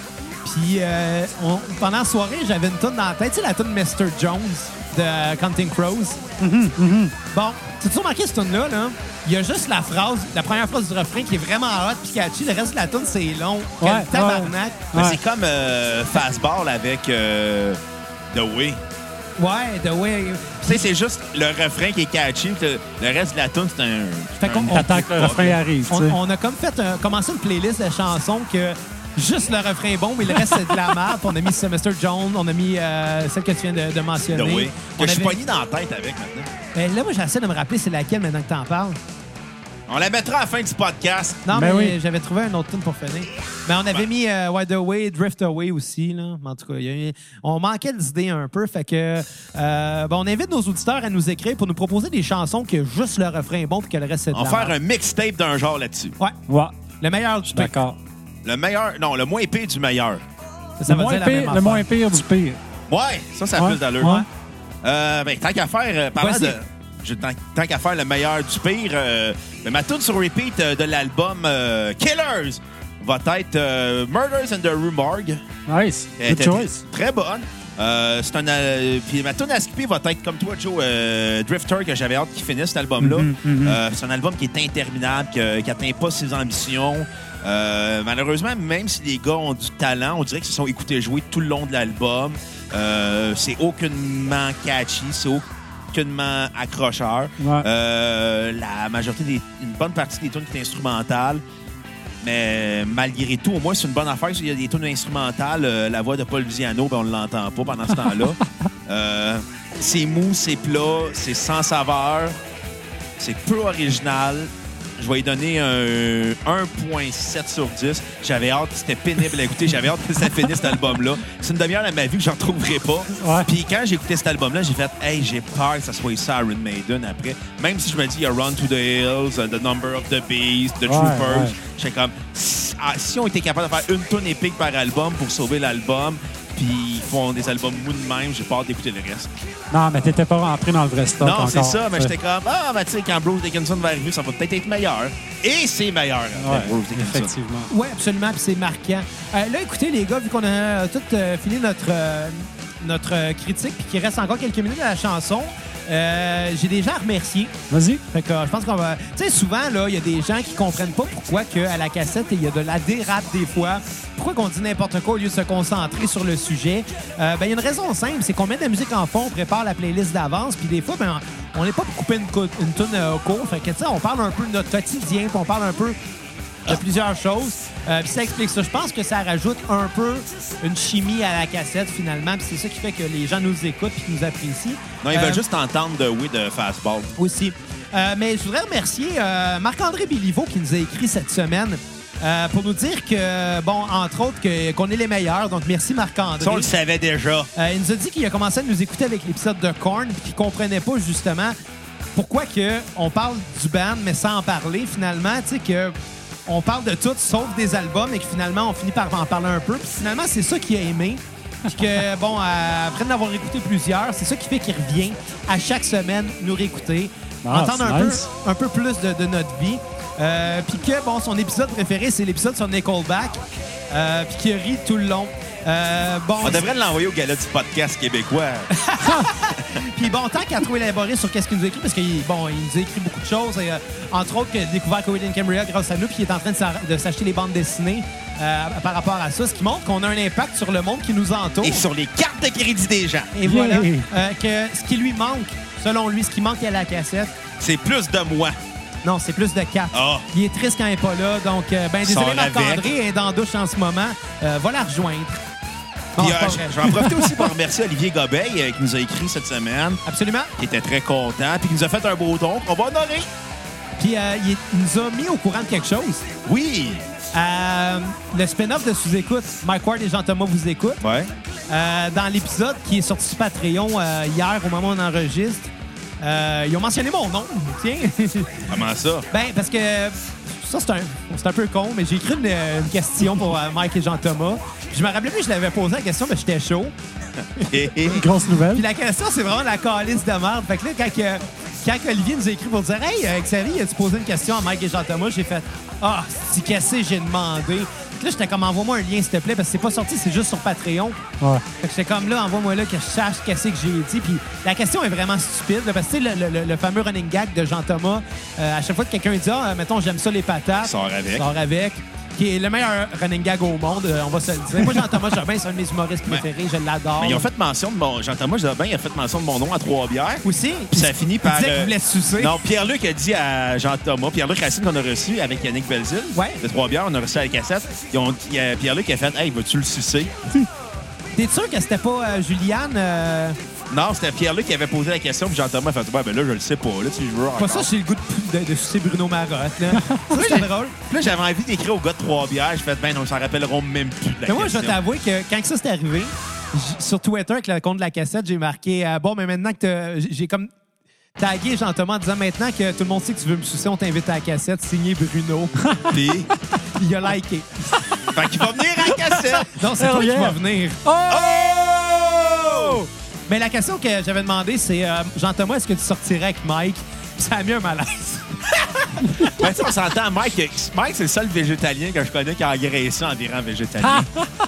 Puis euh, on- pendant la soirée, j'avais une toune dans la tête. Tu sais, la toune Mr. Jones de euh, Counting Crows. Mm-hmm, Bon, tu remarqué cette toune-là, là? Il y a juste la phrase, la première phrase du refrain qui est vraiment hot puis catchy. Le reste de la toune, c'est long. Quel Ouais, tabarnak. Mais Ouais. C'est comme euh, Fastball avec euh, The Way. Ouais, de ouais. Tu sais, c'est juste le refrain qui est catchy. Le, le reste de la tune, c'est un. Fait qu'on- on- T'attends que le refrain arrive. tu On, sais. on a comme fait un- commencé une playlist de chansons que juste le refrain est bon, mais le reste c'est de la merde. On a mis Semester Jones, on a mis euh, celle que tu viens de, de The mentionner. Way. On Ben Que je suis avait- pogné dans la tête avec maintenant. Euh, là, moi, j'essaie de me rappeler c'est laquelle maintenant que t'en parles. On la mettra à la fin du podcast. Non, Ben mais oui. j'avais trouvé un autre tune pour finir. Mais on avait mis euh, Wide Away, Drift Away aussi. Là. Mais En tout cas, il y a- on manquait d'idées un peu. Fait que, euh, ben, on invite nos auditeurs à nous écrire pour nous proposer des chansons que juste le refrain est bon puis que le reste, c'est de On la va faire merde. un mixtape d'un genre là-dessus. Ouais, Ouais, le meilleur du truc. d'accord. Le meilleur. Non, le moins pire du meilleur. Ça Le, va moins dire la même pire- le affaire. moins pire du pire. Ouais, ça, ça a Ouais, plus d'allure. ouais. Euh, ben, tant qu'à faire, euh, parlant Voici. de. je- tant tant qu'à faire le meilleur du pire, euh, ben, ma tune sur repeat euh, de l'album euh, Killers va être euh, Murders in the Rue Morgue. Nice. Elle Good était choice. Très bonne. Euh, c'est un, euh, puis ma tune à skipper va être comme toi, Joe, euh, Drifter, que j'avais hâte qu'il finisse cet album-là. Mhm, mhm. Euh, c'est un album qui est interminable, que- qui n'atteint pas ses ambitions. Euh, malheureusement, même si les gars ont du talent, on dirait qu'ils se sont écoutés jouer tout le long de l'album. Euh, c'est aucunement catchy, c'est aucunement accrocheur. Ouais. Euh, la majorité des, une bonne partie des tunes qui est instrumentale. Mais malgré tout, au moins, c'est une bonne affaire. Il y a des tunes instrumentales. euh, la voix de Paul Viziano, ben, on ne l'entend pas pendant ce temps-là. Euh, c'est mou, c'est plat, c'est sans saveur. C'est peu original. Je vais lui donner un 1.7 sur 10. J'avais hâte, c'était pénible à écouter. J'avais hâte que ça finisse cet album-là. C'est une demi-heure de ma vie que je retrouverai pas. Ouais. Puis quand j'ai écouté cet album-là, j'ai fait Hey, j'ai peur que ça soit ça Iron Maiden après. Même si je me dis il y a Run to the Hills, uh, The Number of the Beast, The Ouais, Troopers. ouais. J'étais comme Ah, si on était capable de faire une tonne épique par album pour sauver l'album, puis font des albums mous de même, j'ai peur d'écouter le reste. Non, mais t'étais pas rentré dans le vrai stock Non, encore. c'est ça, mais tu sais. j'étais comme, ah, mais tu sais, quand Bruce Dickinson va arriver, ça va peut-être être meilleur. Et c'est meilleur. en fait, Ouais, Bruce Dickinson. effectivement. Oui, absolument, puis c'est marquant. Euh, là, écoutez, les gars, vu qu'on a euh, tout euh, fini notre, euh, notre euh, critique, puis qu'il reste encore quelques minutes à la chanson, euh, j'ai des gens à remercier. Vas-y. Fait que euh, je pense qu'on va. Tu sais, souvent, là, il y a des gens qui comprennent pas pourquoi que à la cassette, il y a de la dérape des fois. Pourquoi qu'on dit n'importe quoi au lieu de se concentrer sur le sujet? Euh, ben, il y a une raison simple, c'est qu'on met de la musique en fond, on prépare la playlist d'avance, puis des fois, ben, on n'est pas pour couper une, cou- une toune euh, au cours. Fait que, tu sais, on parle un peu de notre quotidien, puis on parle un peu de plusieurs choses. Euh, puis ça explique ça. Je pense que ça rajoute un peu une chimie à la cassette, finalement. Puis c'est ça qui fait que les gens nous écoutent puis nous apprécient. Non, ils Euh, veulent juste entendre de oui de fastball. aussi. Euh, mais je voudrais remercier euh, Marc-André Biliveau qui nous a écrit cette semaine euh, pour nous dire que, bon, entre autres, que- qu'on est les meilleurs. Donc, merci Marc-André. Ça, on le savait déjà. Euh, il nous a dit qu'il a commencé à nous écouter avec l'épisode de Korn puis qu'il comprenait pas justement pourquoi que on parle du band mais sans en parler finalement, tu sais que on parle de tout sauf des albums et que finalement on finit par en parler un peu. Puis finalement c'est ça qu'il a aimé. Puis que bon, euh, après en avoir écouté plusieurs, c'est ça qui fait qu'il revient à chaque semaine nous réécouter, Ah, entendre c'est un peu nice. un peu plus de, de notre vie. Euh, puis que, bon, son épisode préféré, c'est l'épisode sur Nickelback. Euh, puis qu'il rit tout le long. Euh, bon, On devrait l'envoyer au gala du podcast québécois. Puis bon, tant qu'à trop élaborer sur qu'est-ce qu'il nous écrit, parce qu'il bon, il nous a écrit beaucoup de choses, et, euh, entre autres qu'il a découvert Covid in Cambria grâce à nous, puis il est en train de s'ar- de s'acheter les bandes dessinées euh, par rapport à ça, ce qui montre qu'on a un impact sur le monde qui nous entoure. Et sur les cartes de crédit des gens, Et voilà Yeah. euh, que ce qui lui manque, selon lui, ce qui manque à la cassette, c'est plus de moi. non, c'est plus de 4. Ah. Il est triste quand il n'est pas là, donc euh, ben désolé Sors Marc-André, elle est dans la douche en ce moment. Euh, va la rejoindre. Non, Puis, c'est euh, pas je vrai. je vais en profiter aussi pour remercier Olivier Gobeil euh, qui nous a écrit cette semaine, Absolument. qui était très content, puis qui nous a fait un beau don qu'on va honorer. Puis euh, il est- il nous a mis au courant de quelque chose. Oui. Euh, le spin-off de Sous-Écoute, Mike Ward et Jean-Thomas vous écoutent. Ouais. Euh, dans l'épisode qui est sorti sur Patreon euh, hier, au moment où on enregistre, euh, ils ont mentionné mon nom. Tiens. Comment ça? ben, parce que ça, c'est un, c'est un peu con, mais j'ai écrit une, une question pour euh, Mike et Jean-Thomas. Puis Je me rappelais plus, je l'avais posé la question, mais j'étais chaud. Grosse nouvelle. Puis la question, c'est vraiment la calice de merde. Fait que là, quand, que- quand Olivier nous a écrit pour dire Hey, euh, Xavier, as-tu posé une question à Mike et Jean-Thomas J'ai fait Ah, si cassé, j'ai demandé. Puis là, j'étais comme Envoie-moi un lien, s'il te plaît, parce que c'est pas sorti, c'est juste sur Patreon. Ouais. Fait que j'étais comme là, envoie-moi là que je sache qu'est-ce que j'ai dit. Puis la question est vraiment stupide, là, parce que tu sais, le, le- le- le fameux running gag de Jean-Thomas, euh, à chaque fois que quelqu'un dit Ah, euh, mettons, j'aime ça les patates. Sors avec. Sors avec. Qui est le meilleur running gag au monde, euh, on va se le dire. Moi, Jean-Thomas Jobin, c'est un de mes humoristes Ouais. préférés, je l'adore. Mais ils ont fait mention de mon. Jean-Thomas Jobin, il a fait mention de mon nom à Trois-Bières. aussi. Puis ça finit Il par. disait euh, qu'il voulait se sucer. Non, Pierre-Luc a dit à Jean-Thomas, Pierre-Luc Racine qu'on a reçu avec Yannick Belzil, Ouais. de Trois-Bières, on a reçu à la cassette. Ils ont- il y a- Pierre-Luc a fait Hey, veux-tu le sucer? T'es sûr que c'était pas euh, Juliane? euh, Non, c'était Pierre-Luc qui avait posé la question, puis Jean-Thomas a fait Ouais, ben là, je le sais pas. Là, si je veux. Pas encore. ça, j'ai le goût de, de, de sucer Bruno Marotte. Là. ça, c'était drôle. Puis là, j'avais envie d'écrire au gars de Trois-Bières. Je fais Ben, on s'en rappelleront même plus de la Mais moi, je question. vais t'avouer que quand que ça s'est arrivé, j- sur Twitter, avec le compte de la cassette, j'ai marqué euh, Bon, mais maintenant que t'as- j- j'ai comme tagué Jean-Thomas en disant Maintenant que tout le monde sait que tu veux me sucer, on t'invite à la cassette, signé Bruno. Puis- Il a liké. Fait qu'il va venir à la cassette. Non, c'est Hell toi qui yeah. vas venir. Oh! Mais la question que j'avais demandé, c'est euh, Jean-Thomas, est-ce que tu sortirais avec Mike Puis Ça a mis un malaise. Ben, tu sais, on s'entend, Mike, euh, Mike, c'est le seul végétalien que je connais qui a engraissé en virant végétalien. Ah!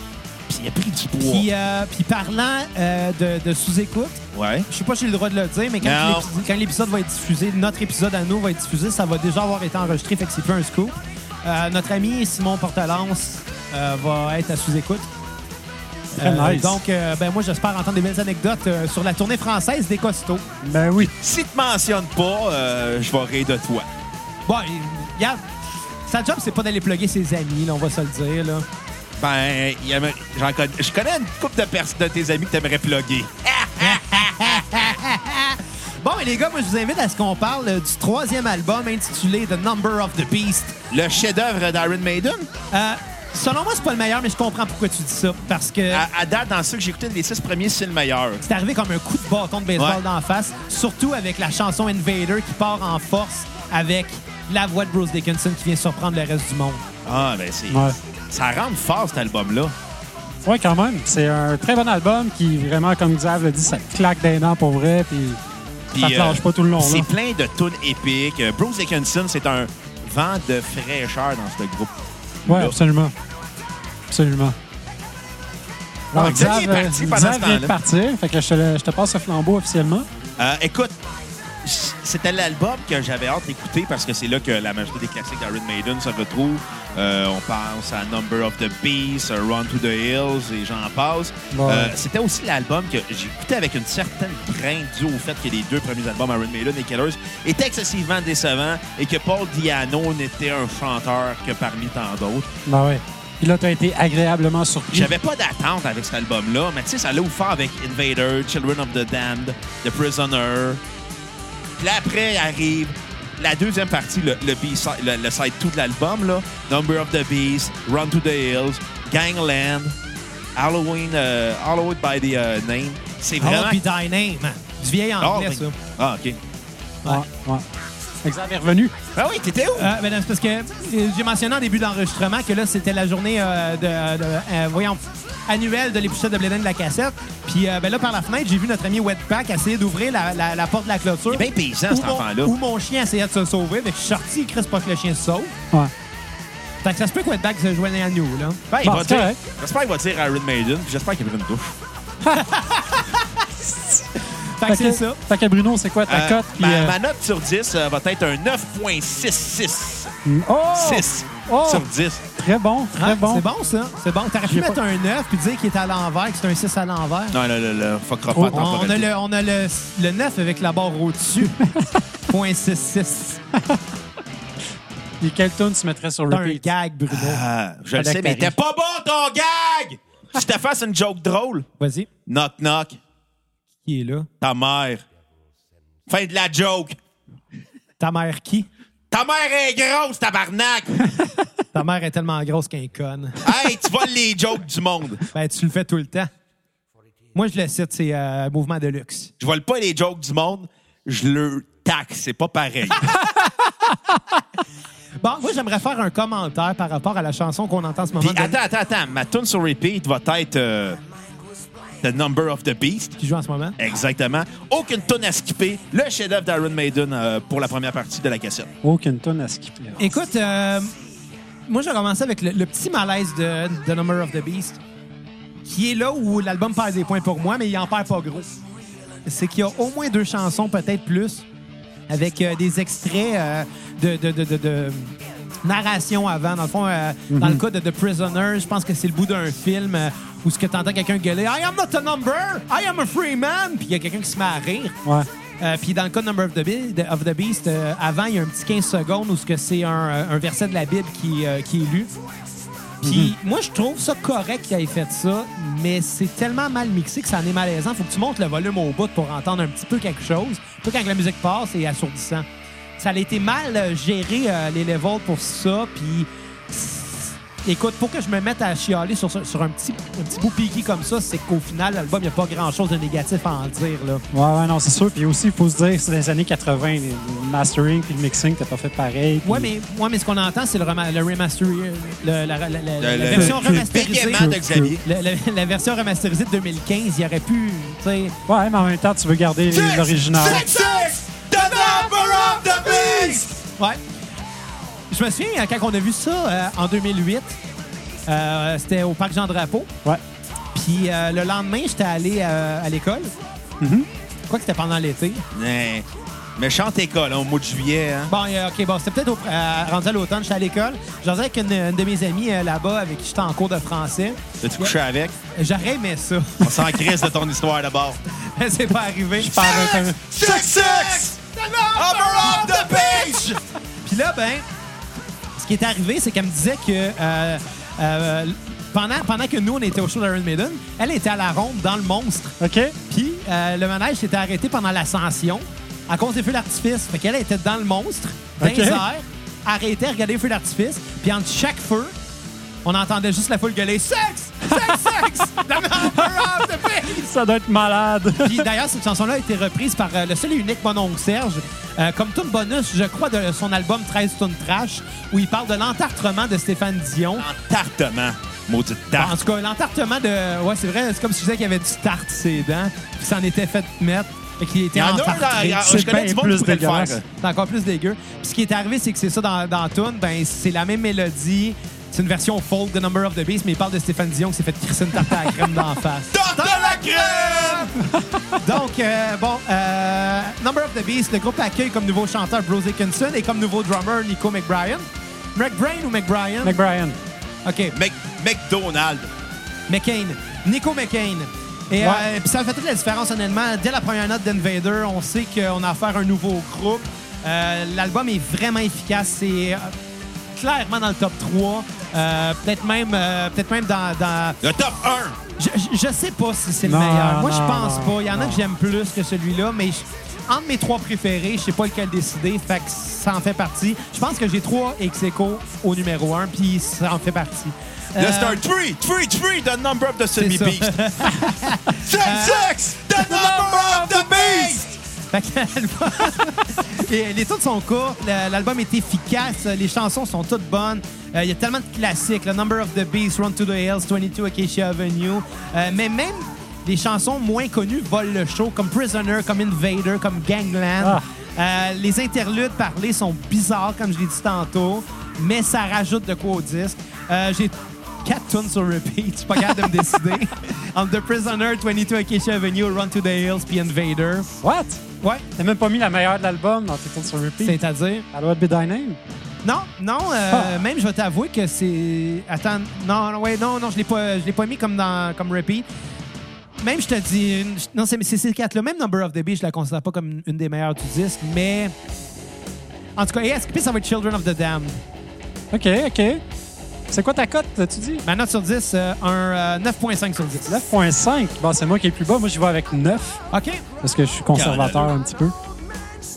Puis il a pris du poids. Puis, euh, puis parlant euh, de- de sous-écoute, Ouais. Je sais pas si j'ai le droit de le dire, mais quand Non. l'épisode- quand l'épisode va être diffusé, notre épisode à nous va être diffusé, ça va déjà avoir été enregistré, fait que c'est plus un scoop. Euh, notre ami Simon Portalance euh, va être à sous-écoute. Euh, nice. Donc, euh, ben moi, j'espère entendre des belles anecdotes euh, sur la tournée française des Costauds. Ben oui. Si tu mentionnes pas, euh, je vais rire de toi. Bon, et- regarde, sa job, c'est pas d'aller plugger ses amis, là, on va se le dire. Là. Ben, il y a- j'en connais, je connais une couple de personnes de tes amis que t'aimerais plugger. Bon, et les gars, moi, je vous invite à ce qu'on parle euh, du troisième album intitulé The Number of the Beast. Le chef-d'œuvre d'Iron Maiden, Euh, selon moi, c'est pas le meilleur, mais je comprends pourquoi tu dis ça. Parce que. à, à date, dans ceux que j'ai écouté, les six premiers, c'est le meilleur. C'est arrivé comme un coup de bâton de baseball Ouais. d'en face, surtout avec la chanson Invader qui part en force avec la voix de Bruce Dickinson qui vient surprendre le reste du monde. Ah, ben, c'est. Ouais. Ça rentre fort, cet album-là. Ouais, quand même. C'est un très bon album qui, vraiment, comme Xav le dit, ça claque des dents pour vrai. Puis, ça Puis, te lâche euh, pas tout le long. là. C'est plein de tunes épiques. Euh, Bruce Dickinson, c'est un vent de fraîcheur dans ce groupe. Ouais, là. absolument. Absolument. Alors, Ouais, Ah, Xavier est parti euh, pendant ce Xav vient de temps-là. partir. Fait que je te, le- je te passe le flambeau officiellement. Euh, écoute, c- c'était l'album que j'avais hâte d'écouter parce que c'est là que la majorité des classiques d'Iron Maiden se retrouvent. Euh, on pense à Number of the Beast, à Run to the Hills et j'en passe. Ouais. Euh, c'était aussi l'album que j'écoutais avec une certaine crainte due au fait que les deux premiers albums Iron Maiden et Killers étaient excessivement décevants et que Paul Diano n'était un chanteur que parmi tant d'autres. Ben ouais. Puis là, t'as été agréablement surpris. J'avais pas d'attente avec cet album-là, mais tu sais, ça allait faire avec Invader, Children of the Damned, The Prisoner. Puis là, après arrive la deuxième partie, le, le, B-side- le, le side 2 de l'album, là. Number of the Beast, Run to the Hills, Gangland, Halloween, euh, Halloween by the euh, Name. C'est Oh, vraiment... puis Thy Name. hein. Du vieil anglais, mais- ça. ah, OK. Ouais, ouais. Fait que Xav est revenu. Ah oui, t'étais où? Euh, ben, non, c'est parce que euh, j'ai mentionné en début d'enregistrement que là, c'était la journée euh, de, de- euh, voyons, annuelle de l'épisode de Blédin de la cassette. Puis euh, ben là, par la fenêtre, j'ai vu notre ami Wetpack essayer d'ouvrir la, la- la porte de la clôture. Il est bien Ben paysan, Où cet mon- enfant-là. Où mon chien essayait de se sauver. mais je suis sorti, Chris, pas que le chien se sauve. Ouais. Fait que ça se peut que Wetback se joigne à nous, là. Ben, il Bon, va c'est dire- correct. J'espère qu'il va dire Iron Maiden, puis j'espère qu'il a pris une douche. Fait que c'est ça. Fait que Bruno, c'est quoi ta Euh, cote? puis, ma, euh, ma note sur 10 euh, va être un 9.66. Oh! 6 Oh! sur 10. Très bon, Ah, très Hein? bon. C'est bon, ça. C'est bon. T'aurais pu J'ai mettre pas- un 9 puis dire qu'il est à l'envers, que c'est un 6 à l'envers. Non, non, non, non, fuck pas On, la Oh, on a, temporalité. le, on a le, le 9 avec la barre au-dessus. Point 66. Puis quelle tune tu mettrais sur C'est un repeat? gag, Bruno. Ah, je Fallait le sais, que mais t'es t'arrives. pas bon ton gag! Si te fasses une joke drôle, Vas-y. knock knock, Qui est là? ta mère. Fin de la joke. Ta mère qui? Ta mère est grosse, tabarnak! Ta mère est tellement grosse qu'elle est conne. hey, tu voles les jokes du monde. Ben, tu le fais tout le temps. Moi, je le cite, c'est euh, Mouvement de luxe. Je vole pas les jokes du monde, je le taxe, c'est pas pareil. Bon, moi, j'aimerais faire un commentaire par rapport à la chanson qu'on entend en ce moment. Puis donné, attends, attends, attends, ma tune sur repeat va être euh, The Number of the Beast. Qui joue en ce moment. Exactement. Aucune tune à skipper. Le chef-d'œuvre d'Iron Maiden euh, pour la première partie de la cassette. Aucune tune à skipper. Écoute, euh, moi, je vais commencer avec le, le petit malaise de, de Number of the Beast, qui est là où l'album perd des points pour moi, mais il en perd pas gros. C'est qu'il y a au moins deux chansons, peut-être plus, avec euh, des extraits euh, de, de, de- de- de narration avant. Dans le fond, euh, dans le cas de The Prisoner, je pense que c'est le bout d'un film euh, où ce que t'entends quelqu'un gueuler « I am not a number! I am a free man! » Puis il y a quelqu'un qui se met à rire. Ouais. Euh, puis dans le cas de Number of the, Be- de- of the Beast, euh, avant, il y a un petit 15 secondes où ce que c'est un, euh, un verset de la Bible qui, euh, qui est lu. Puis moi, je trouve ça correct qu'il ait fait ça, mais c'est tellement mal mixé que ça en est malaisant. Faut que tu montes le volume au bout pour entendre un petit peu quelque chose. Puis quand la musique passe, c'est assourdissant. Ça a été mal euh, géré, euh, les levels, pour ça. Puis Écoute, pour que je me mette à chialer sur, sur un petit, un petit bout piqué comme ça, c'est qu'au final, l'album, il n'y a pas grand-chose de négatif à en dire. Là. Ouais, ouais, non, c'est sûr. Puis aussi, il faut se dire, c'est dans les années 80, le mastering puis le mixing, t'as pas fait pareil. puis- Ouais, mais, ouais, mais ce qu'on entend, c'est le, rema- le remaster, euh, le- la, la- la- la- la le- version le- remasterisée. Bégaiement de Xavier. Le- le- la version remasterisée de 2015, il aurait pu, tu sais, Ouais, mais en même temps, tu veux garder l'original. Texas, the number of the beast! ouais. Je me souviens, hein, quand on a vu ça euh, en 2008, euh, c'était au Parc Jean-Drapeau. Ouais. Puis euh, le lendemain, j'étais allé euh, à l'école. Quoi que c'était pendant l'été. Mais, méchante école, hein, au mois de juillet. Hein. Bon, euh, OK, bon, c'était peut-être au- euh, rendu à l'automne. J'étais à l'école. J'en avec une, une de mes amies euh, là-bas avec qui j'étais en cours de français. T'as-tu couché avec? J'aurais aimé ça. On s'en crisse de ton histoire d'abord. Mais c'est pas arrivé. Je Texas, the number of the beast! Puis là, ben, ce qui est arrivé, c'est qu'elle me disait que euh, euh, pendant, pendant que nous, on était au show d'Iron Maiden, elle était à la ronde dans le monstre. OK? Puis euh, le manège s'était arrêté pendant l'ascension à cause des feux d'artifice. Fait qu'elle elle était dans le monstre, dans OK. les airs, arrêtée à regarder les feux d'artifice. Puis entre chaque feu, on entendait juste la foule gueuler « Sexe! Sexe! Sexe! The number of the beast! Ça doit être malade. Puis d'ailleurs, cette chanson-là a été reprise par euh, le seul et unique mon oncle Serge, euh, comme tune bonus, je crois, de son album 13 tonnes trash, où il parle de l'entartrement de Stéphane Dion. En tartement. Maudite En tarte. tout cas, l'entartement de. Ouais, c'est vrai, c'est comme si je disais qu'il y avait du tarte ses dents, puis s'en était fait mettre, et qu'il Il était y en a un, entartré. là, je C'est connais du bien monde qui plus pourrait le faire. dégueulasse. C'est encore plus dégueu. Puis ce qui est arrivé, c'est que c'est ça dans, dans Toon, ben c'est la même mélodie. C'est une version folk de Number of the Beast, mais il parle de Stéphane Dion qui s'est fait crisser une tarte à la crème d'en face. Tarte à la crème! Donc, euh, bon, euh, Number of the Beast, le groupe accueille comme nouveau chanteur Bruce Dickinson et comme nouveau drummer Nico McBrien. McBrain ou McBrien? McBrien. OK. Mc- McDonald. McCain. Nico McCain. Et Ouais. euh, puis ça fait toute la différence, honnêtement. Dès la première note d'Invader, on sait qu'on a affaire à un nouveau groupe. Euh, L'album est vraiment efficace. C'est euh, clairement dans le top 3. Euh, peut-être même, euh, peut-être même dans. dans- Le top 1. Je, je- je sais pas si c'est le Non, meilleur. Moi, je non, pense non, pas. Il y en a non. que j'aime plus que celui-là, mais je- entre mes trois préférés, je sais pas lequel décider. Fait que ça en fait partie. Je pense que j'ai trois ex aequo au numéro 1, puis ça en fait partie. Le Euh, star 3, 3, 3, the number of the c'est ça. Euh, semi-beast. 6, 6, the number of the beast. Fait que l'album- Et les tunes sont courtes, le- l'album est efficace, les chansons sont toutes bonnes. Euh, Il y a tellement de classiques, le Number of the Beast, Run to the Hills, 22 Acacia Avenue. Euh, mais même les chansons moins connues volent le show, comme Prisoner, comme Invader, comme Gangland. Ah. Euh, les interludes parlés sont bizarres, comme je l'ai dit tantôt, mais ça rajoute de quoi au disque. Euh, J'ai quatre tunes sur repeat, je suis pas capable de me décider. Entre The Prisoner, 22 Acacia Avenue, Run to the Hills, puis Invader. What? Ouais, T'as même pas mis la meilleure de l'album dans tes tunes sur repeat. c'est-à-dire? Elle doit être Be Thy Name. Non, non, euh, même je vais t'avouer que c'est... Attends, non, non, ouais, non, non, je l'ai pas, je l'ai pas mis comme dans comme repeat. Même, je te dis, une- je- non, c'est c'est ces quatre-là. Même Number of the Beast, je la considère pas comme une- une des meilleures du disque, mais... En tout cas, ESP, ça va être Children of the Damned. OK, OK. C'est quoi ta cote, tu dis? Ma note sur 10, euh, un euh, 9.5 sur 10. 9.5. Bon, c'est moi qui est le plus bas. Moi, j'y vais avec 9 OK. parce que je suis conservateur un petit peu.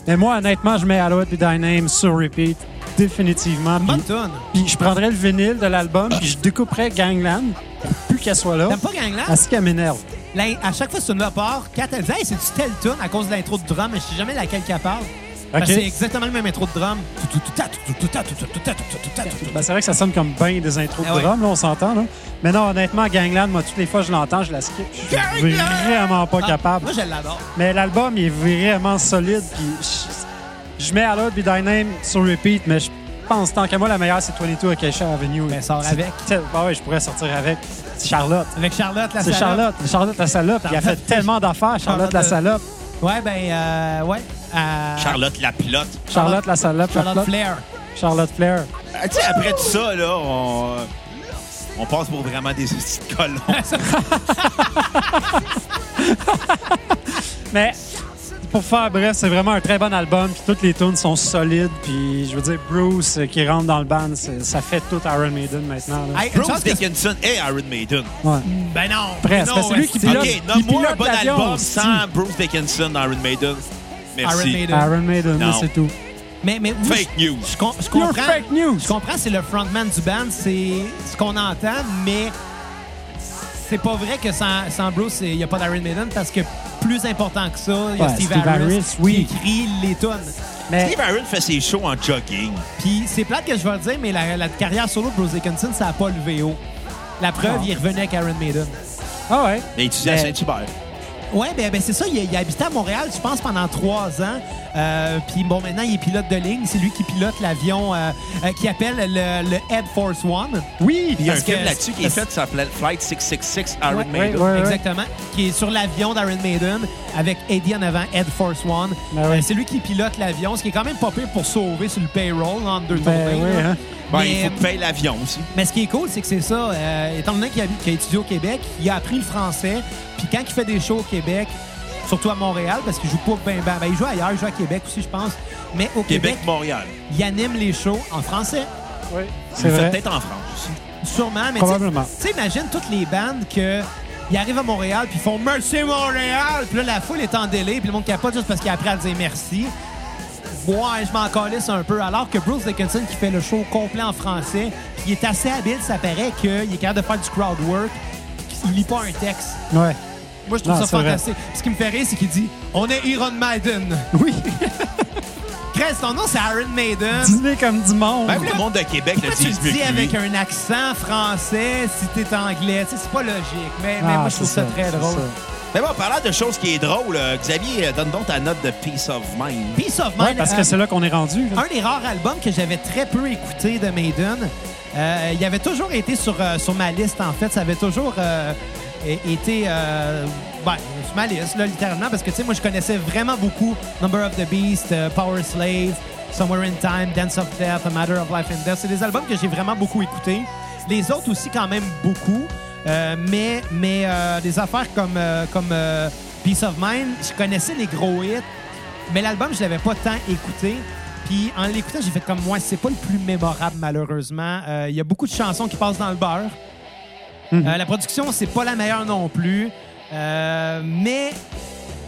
Mais moi, honnêtement, je mets Hello at the Dyname sur repeat définitivement. Bonne Puis, tune. puis je prendrais le vinyle de l'album puis je découperais Gangland pour plus qu'elle soit là. T'aimes pas Gangland? À ce qu'elle m'énerve. L'in- À chaque fois que tu me part, Kat, elle dit « Hey, c'est-tu telle tune à cause de l'intro de drum? » Mais je sais jamais laquelle qu'elle parle. Parce que OK. Ben, C'est exactement le même intro de drum. Ben, c'est vrai que ça sonne comme bien des intros Ah de ouais. drum, là, on s'entend. Là. Mais non, honnêtement, Gangland, moi, toutes les fois que je l'entends, je la skip. Je suis vraiment pas Ah, capable. Moi, je l'adore. Mais l'album, il est vraiment solide. Puis je, je mets à l'autre Be Thy Name sur repeat, mais je pense tant qu'à moi, la meilleure, c'est 22 Acacia Avenue. Ben, sors C'est avec. tel- Ah ouais, je pourrais sortir avec. C'est Charlotte. Avec Charlotte, la C'est salope. Charlotte. Charlotte la salope. Il a fait Charlotte- tellement d'affaires, Charlotte la salope. Ouais, ben, euh, ouais. Euh, Charlotte la pilote. Charlotte la salope. la Charlotte flotte. Flair. Charlotte Flair. Ah, tu sais, après tout ça, là, on, on passe pour vraiment des petits colons. Mais pour faire bref, c'est vraiment un très bon album. Puis toutes les tunes sont solides. Puis je veux dire, Bruce euh, qui rentre dans le band, c'est- ça fait tout Iron Maiden maintenant. là. Hey, une chance Bruce que- Dickinson et Iron Maiden. Ouais. Ben non. Presque, non, parce que c'est lui qui esti. pilote. OK, nomme-moi un pilote bon l'avion, album hostie. sans Bruce Dickinson, Iron Maiden. Merci. Iron Maiden. Iron Maiden, là, Non. c'est tout. Mais, mais moi, Fake je- news. Je, com- je You're comprends. fake news. Je comprends, c'est le frontman du band, c'est ce qu'on entend, mais c'est pas vrai que sans, sans Bruce, il n'y a pas d'Iron Maiden parce que plus important que ça, il y a Ouais, Steve, Steve Harris, Harris, oui. qui écrit les tunes. Mais Steve Iron fait ses shows en jogging. Puis c'est plate que je vais le dire, mais la, la carrière solo de Bruce Dickinson, ça n'a pas levé haut. La preuve, Non. il revenait avec Iron Maiden. Ah ouais. Mais il étudie à Euh, Mais- Saint-Hubert. Ouais, ben, ben, c'est ça. Il, il habitait à Montréal, je pense, pendant trois ans. Euh, Puis bon, maintenant, il est pilote de ligne. C'est lui qui pilote l'avion euh, euh, qui appelle le, le Air Force One. Oui. Il y a un Parce film que- là-dessus qui est fait, ça s'appelle Flight 666 Iron Ouais, Maiden. ouais, ouais. Exactement. Qui est sur l'avion d'Iron Maiden avec Eddie en avant, Ed Force One. Ben Euh, oui. c'est lui qui pilote l'avion, ce qui est quand même pas pire pour sauver sur le payroll là, entre deux Ben tournées. oui, là. hein. Ben, Mais- euh, il faut payer l'avion aussi. Mais ce qui est cool, c'est que c'est ça. euh, étant donné qu'il a, qu'il a étudié au Québec, il a appris le français. Puis quand il fait des shows au Québec, surtout à Montréal, parce qu'il joue pas ben, ben, ben, il joue ailleurs, il joue à Québec aussi, je pense. Mais au Québec, Québec-Montréal. il anime les shows en français. Oui. C'est Il le fait vrai. peut-être en France aussi. Sûrement, mais Probablement. tu sais, imagine toutes les bandes que ils arrivent à Montréal puis ils font Merci Montréal, puis là la foule est en délai, puis le monde capote juste parce qu'il a appris à dire merci. Ouais, je m'en calisse un peu. Alors que Bruce Dickinson qui fait le show complet en français, puis il est assez habile, ça paraît qu'il est capable de faire du crowd work, puis il lit pas un texte. Ouais. Moi je trouve Non, ça c'est vrai. fantastique. Ce qui me fait rire, c'est qu'il dit On est Iron Maiden. Oui. Chris, ton nom, c'est Iron Maiden. Dîner comme du monde. Ben Même le monde de Québec le Pourquoi tu dit le mieux dis que lui. avec un accent français si t'es anglais? Tu sais, c'est pas logique, mais, mais Ah, moi, je trouve c'est ça, ça, très c'est drôle. ça. Mais bon, parlant de choses qui est drôle, euh, Xavier, euh, donne donc ta note de Peace of Mind. Peace of Ouais, Mind, parce euh, que c'est là qu'on est rendu. là. un des rares albums que j'avais très peu écouté de Maiden. Euh, il avait toujours été sur, euh, sur ma liste, en fait. Ça avait toujours euh, é- été euh, ben, sur ma liste, là, littéralement, parce que, tu sais, moi, je connaissais vraiment beaucoup Number of the Beast, euh, Power Slave, Somewhere in Time, Dance of Death, A Matter of Life and Death. C'est des albums que j'ai vraiment beaucoup écoutés. Les autres aussi, quand même, beaucoup. Euh, mais mais euh, des affaires comme, euh, comme euh, Peace of Mind, je connaissais les gros hits. Mais l'album, je l'avais pas tant écouté. Puis en l'écoutant, j'ai fait comme moi, c'est pas le plus mémorable malheureusement. Euh, Il y a beaucoup de chansons qui passent dans le beurre. Mhm. Euh, la production, c'est pas la meilleure non plus. Euh, mais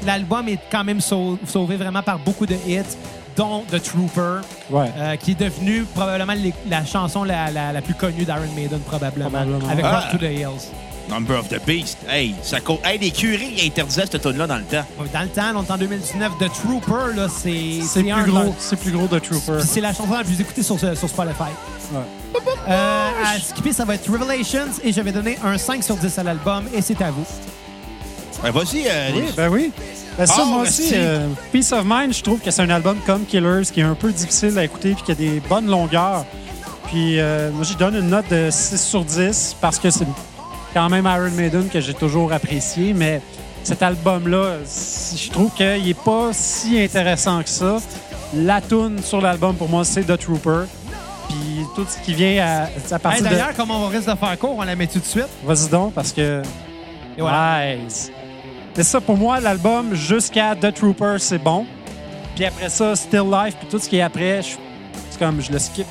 l'album est quand même sau- sauvé vraiment par beaucoup de hits, dont The Trooper, Ouais. euh, qui est devenu probablement les- la chanson la, la- la plus connue d'Iron Maiden, probablement, Probablement. avec Ah. Rock to the Hills. Number of the Beast. Hey, ça coûte. Hey, les curés ils interdisaient cette tune là dans le temps. Dans le temps, on est en 2019, The Trooper, là, c'est C'est un plus de gros. leurs- C'est plus gros de Trooper. Puis c'est la chanson la plus écoutée sur, ce- sur Spotify. Ouais. Euh, à skipper, ça va être Revelations et je vais donner un 5 sur 10 à l'album et c'est à vous. Ouais, Vas-y, euh, Oui, ben oui. Ben ça, Oh, moi aussi, merci. euh, Peace of Mind, je trouve que c'est un album comme Killers qui est un peu difficile à écouter puis qui a des bonnes longueurs. Puis euh, moi, j'y donne une note de 6 sur 10 parce que c'est quand même Iron Maiden que j'ai toujours apprécié, mais cet album-là, c- je trouve qu'il n'est pas si intéressant que ça. La tune sur l'album, pour moi, c'est The Trooper. Puis tout ce qui vient à, à Hey, partir D'ailleurs, comme on risque de faire court, on la met tout de suite. de... Vas-y donc, parce que Et voilà. Nice. C'est ça pour moi, l'album jusqu'à The Trooper, c'est bon. Puis après ça, Still Life, puis tout ce qui est après, je- c'est comme je le skip.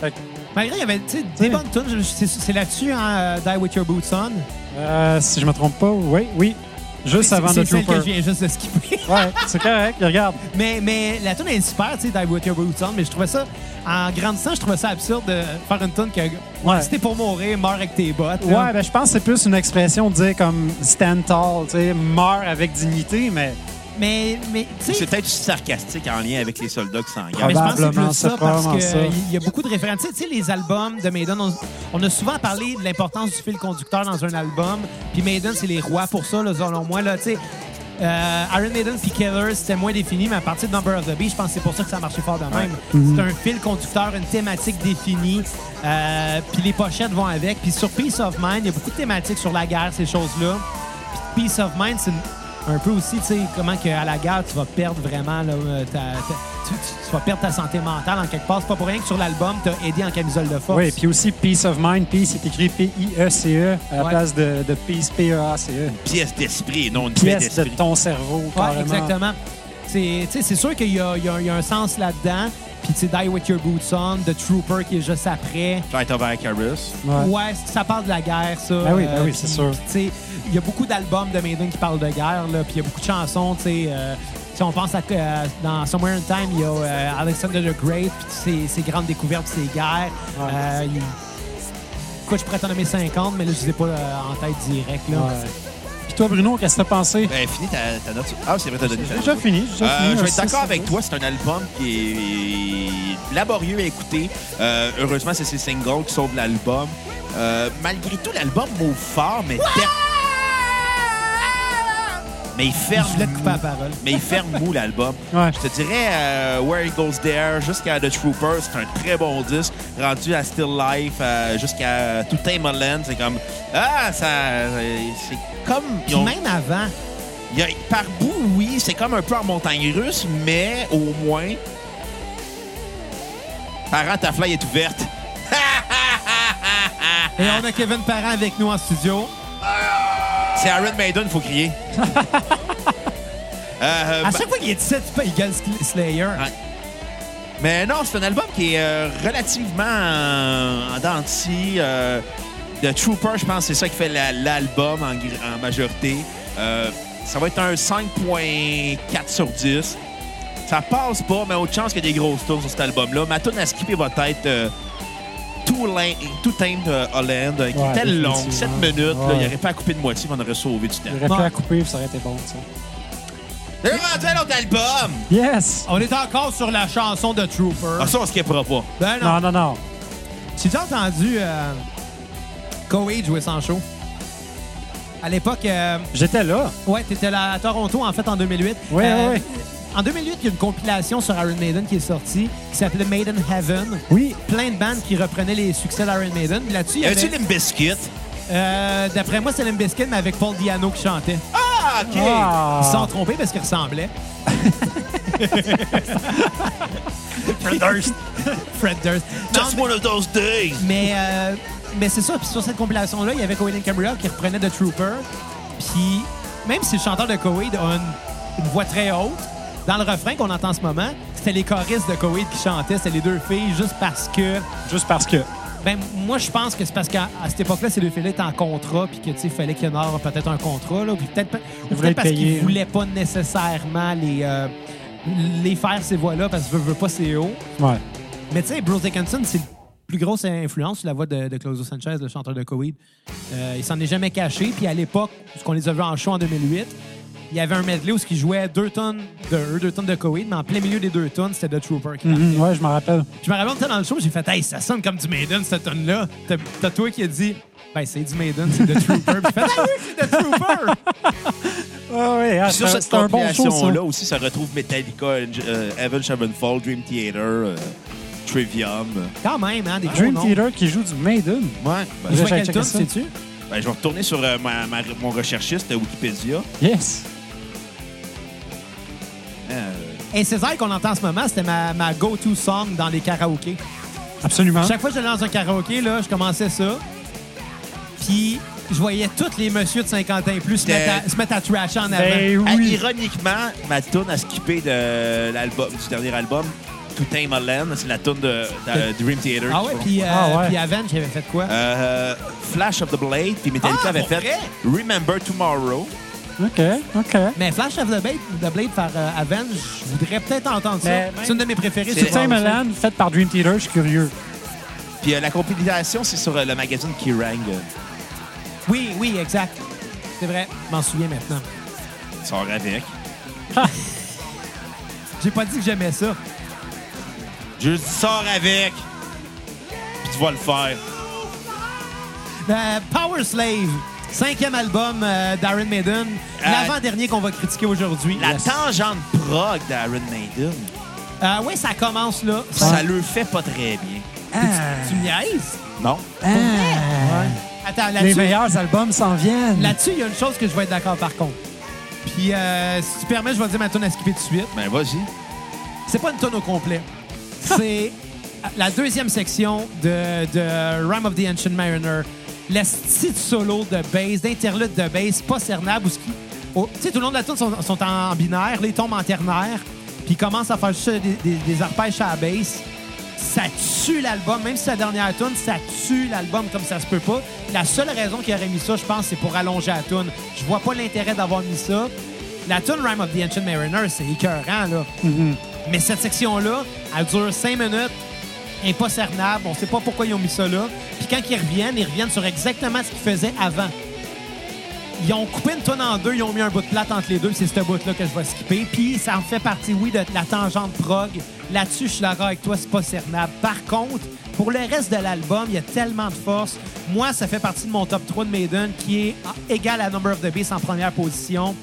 Fait que, Malgré, il y avait tu sais, des Oui. bonnes tunes. Je- C'est c'est là-dessus, hein, euh, Die With Your Boots On. euh, si je me trompe pas, oui, oui. Juste avant C'est The celle que Trooper. je viens juste de skipper. Ouais, c'est correct, regarde. mais, mais la tune est super, tu sais, Die With Your Boots On, mais je trouvais ça, en grandissant, je trouvais ça absurde de faire une tune que Ouais. c'était pour mourir, meurs avec tes bottes. là. Ouais, ben, je pense que c'est plus une expression de dire comme stand tall, tu sais, meurs avec dignité, mais Mais, mais tu sais, c'est peut-être juste sarcastique en lien avec les soldats qui s'engagent. Ah, Mais je pense que c'est Probablement, plus ça c'est parce probablement ça. qu'il y a beaucoup de références. Tu sais, tu sais, les albums de Maiden, on, on a souvent parlé de l'importance du fil conducteur dans un album. Puis Maiden, c'est les rois pour ça, là, selon moi. Là, tu sais, euh, Iron Maiden puis Killers, c'était moins défini, mais à partir de Number of the Beast, je pense que c'est pour ça que ça a marché fort de même. Mm-hmm. C'est un fil conducteur, une thématique définie, euh, puis les pochettes vont avec. Puis sur Peace of Mind, il y a beaucoup de thématiques sur la guerre, ces choses-là. Puis Peace of Mind, c'est une- un peu aussi, tu sais, comment que à la guerre, tu vas perdre vraiment, là, euh, ta, ta- tu, tu- tu vas perdre ta santé mentale en quelque part. C'est pas pour rien que sur l'album, t'as aidé en camisole de force. oui. Puis aussi, Peace of Mind, Peace, c'est écrit P-I-E-C-E à la Ouais. place de, de Peace, P-E-A-C-E. Une pièce d'esprit et non une pièce Pièce de d'esprit. ton cerveau, Ouais, carrément. exactement. C'est tu sais, c'est sûr qu'il y, a- il y a- il y a un sens là-dedans. Puis, tu sais, Die With Your Boots On, The Trooper qui est juste après. Flight of Icarus. Ouais. Ouais, ça parle de la guerre, ça. Euh, Ben oui, ben oui, puis, c'est sûr. puis, tu sais, Il y a beaucoup d'albums de Maiden qui parlent de guerre, là, puis il y a beaucoup de chansons, tu sais. euh, si on pense à euh, dans Somewhere in Time, il y a euh, Alexander the Great, puis ses, ses grandes découvertes, ses guerres. Ouais. Euh, il- Écoute, je pourrais t'en nommer 50, mais là, je ne les ai pas euh, en tête direct. Là. Ouais. Puis toi, Bruno, qu'est-ce que t'as pensé? Ben, finis ta, ta note. sur- Ah, c'est vrai, t'as donné ta J'ai note. déjà fini. j'ai déjà Euh, fini, je un vais être six d'accord sur avec dix. toi, c'est un album qui est laborieux à écouter. Euh, heureusement, c'est ces singles qui sauvent l'album. Euh, malgré tout, l'album m'ouvre fort, mais, fer- mais il ferme. Je voulais te couper la parole. Mais il ferme mou l'album. Ouais. Je te dirais euh, Where It Goes There jusqu'à The Trooper, c'est un très bon disque. Rendu à Still Life euh, jusqu'à To Tame a Land, c'est comme ah ça, c'est comme ils Puis ont- même avant, il y a- par bout, oui, c'est comme un peu en montagne russe, mais au moins. Parent, ta fly est ouverte. et on a Kevin Parent avec nous en studio. C'est Iron Maiden, faut crier. Euh, À bah- chaque fois qu'il est 17, il gagne Sl- Slayer. Ouais. mais non, c'est un album qui est euh, relativement euh, en dents de scie, euh, The Trooper, je pense, c'est ça qui fait la- l'album en gr- en, majorité. Euh, ça va être un 5.4 sur 10. Ça passe pas, mais autre chance qu'il y a des grosses tours sur cet album-là. Ma tune à skipper va être euh, Too Lin- Too Tamed euh, Holland, euh, qui Ouais, était longue, définitivement. 7 minutes. là, Ouais. il aurait pas à couper de moitié, mais on aurait sauvé du temps. Il aurait pu la couper, puis ça aurait été bon, tu sais. J'ai vendu un autre album! Oh, Yes! On est encore sur la chanson de Trooper. Ah, ça, on skippera pas. Ben non. Non, non, non. J'ai déjà entendu euh, Coheed jouer sans show. À l'époque, euh, J'étais là. ouais, t'étais là à Toronto en fait en 2008. Ouais, ouais, ouais. Euh, En 2008, il y a une compilation sur Iron Maiden qui est sortie qui s'appelait Maiden Heaven. Oui. Plein de bandes qui reprenaient les succès d'Iron Maiden. Puis Là-dessus, il y Y avait. avait-tu Limbiskit? Euh, D'après moi, c'est Limbiskit, mais avec Paul Diano qui chantait. Ah, OK! Ah. Ils se sont trompés parce qu'ils ressemblaient. Fred Durst. Fred Durst. Non, Just one of those days! Mais, euh, mais c'est ça. Puis sur cette compilation-là, il y avait Coheed and Cambria qui reprenait The Trooper. Puis même si le chanteur de Coheed a une, une voix très haute, dans le refrain qu'on entend en ce moment, c'était les choristes de Coheed qui chantaient, c'était les deux filles, juste parce que... Juste parce que. Ben, moi, je pense que c'est parce qu'à à cette époque-là, ces deux filles-là étaient en contrat, puis que, tu sais, il fallait qu'il y en ait peut-être un contrat, là, puis peut-être pas- ou peut-être voulaient être parce payés, qu'ils hein. voulaient pas nécessairement les, euh, les faire, ces voix-là, parce que veut, veut pas, c'est haut. Ouais. Mais tu sais, Bruce Dickinson, c'est la plus grosse influence sur la voix de, de Claudio Sanchez, le chanteur de Coheed. Euh, il s'en est jamais caché. Puis à l'époque, puisqu'on les a vus en show en 2008, il y avait un medley où il jouait deux tonnes de eux, deux tonnes de Coheed, mais en plein milieu des deux tonnes, c'était The Trooper. qui- Mhm, ouais, je m'en rappelle. Je me rappelle, on était dans le show, j'ai fait « Hey, ça sonne comme du Maiden, cette tonne-là. » T'as- T'as toi qui a dit « Ben, c'est du Maiden, c'est The Trooper. » Puis j'ai fait « Ah oui, c'est The Trooper! » Ah ouais, ah, Puis sur c'est cette c'est un bon show, ça. compilation-là aussi, ça retrouve Metallica, euh, Evan Sevenfold, Dream Theater, euh, Trivium. Quand même, hein, des Oh, gros Dream noms. Theater qui joue du Maiden. Ouais. Ben, Tu Ouais. vois quelle Check tune, ça. sais-tu? ben, je vais retourner sur euh, ma- ma- mon recherchiste euh, Wikipédia. Yes. Euh, Et César qu'on entend en ce moment, c'était ma, ma go-to song dans les karaokés. Absolument. Chaque fois que j'allais dans un karaoké, là, je commençais ça. Puis je voyais tous les messieurs de 50 ans et plus se mettre à, se mettre à trasher en avant. Ben ah, oui. ironiquement, ma tune à skipper de l'album, du dernier album, To Tame a Land, c'est la tune de, de- Dream Theater. Ah ouais, puis, euh, Ah ouais. puis Aven, j'avais fait quoi? Euh, Flash of the Blade, puis Metallica Ah, avait pour fait vrai? Remember Tomorrow. OK, OK. Mais Flash of the Blade, the Blade par euh, Aven, je voudrais peut-être entendre ça. Mais- C'est une de mes préférées. C'est- sur Saint Brown. Melan, faite par Dream Theater, je suis curieux. Puis euh, la compilation, c'est sur euh, le magazine Kerrang. euh, Oui, oui, exact. C'est vrai, je m'en souviens maintenant. Ça sort avec. J'ai pas dit que j'aimais ça. Je dis, sors avec. Puis tu vas le faire. Euh, Power Slave, cinquième album euh, d'Iron Maiden, l'avant-dernier qu'on va critiquer aujourd'hui. La Yes. tangente prog d'Aaron Maiden, Euh, oui, ça commence là. ça le fait pas très bien. Ah, Tu me niaises? Non? Attends, Les là-dessus, meilleurs albums s'en viennent. Là-dessus, il y a une chose que je vais être d'accord par contre. Puis, euh, si tu permets, je vais dire ma tonne à skipper tout de suite. Ben vas-y. C'est pas une tonne au complet. C'est la deuxième section de, de Rime of the Ancient Mariner. La petite solo de bass, d'interlude de bass, pas cernable. où ce qui- oh, Tu sais, tout le long de la tune sont, sont en, en binaire, les tombent en ternaire, puis ils commencent à faire juste des, des- des arpèges à la bass. Ça tue l'album, même si c'est la dernière tune, ça tue l'album comme ça se peut pas. La seule raison qu'il aurait mis ça, je pense, c'est pour allonger la tune. Je vois pas l'intérêt d'avoir mis ça. La tune Rime of the Ancient Mariner, c'est écœurant, là. Mais cette section-là, elle dure cinq minutes, impocernable. On sait pas pourquoi ils ont mis ça là. Puis quand ils reviennent, ils reviennent sur exactement ce qu'ils faisaient avant. Ils ont coupé une tonne en deux, ils ont mis un bout de plate entre les deux, c'est ce bout-là que je vais skipper. Puis ça en fait partie, oui, de la tangente prog. Là-dessus, je suis d'accord avec toi, c'est pas cernable. Par contre, pour le reste de l'album, il y a tellement de force. Moi, ça fait partie de mon top 3 de Maiden, qui est à- égal à Number of the Beast en première position.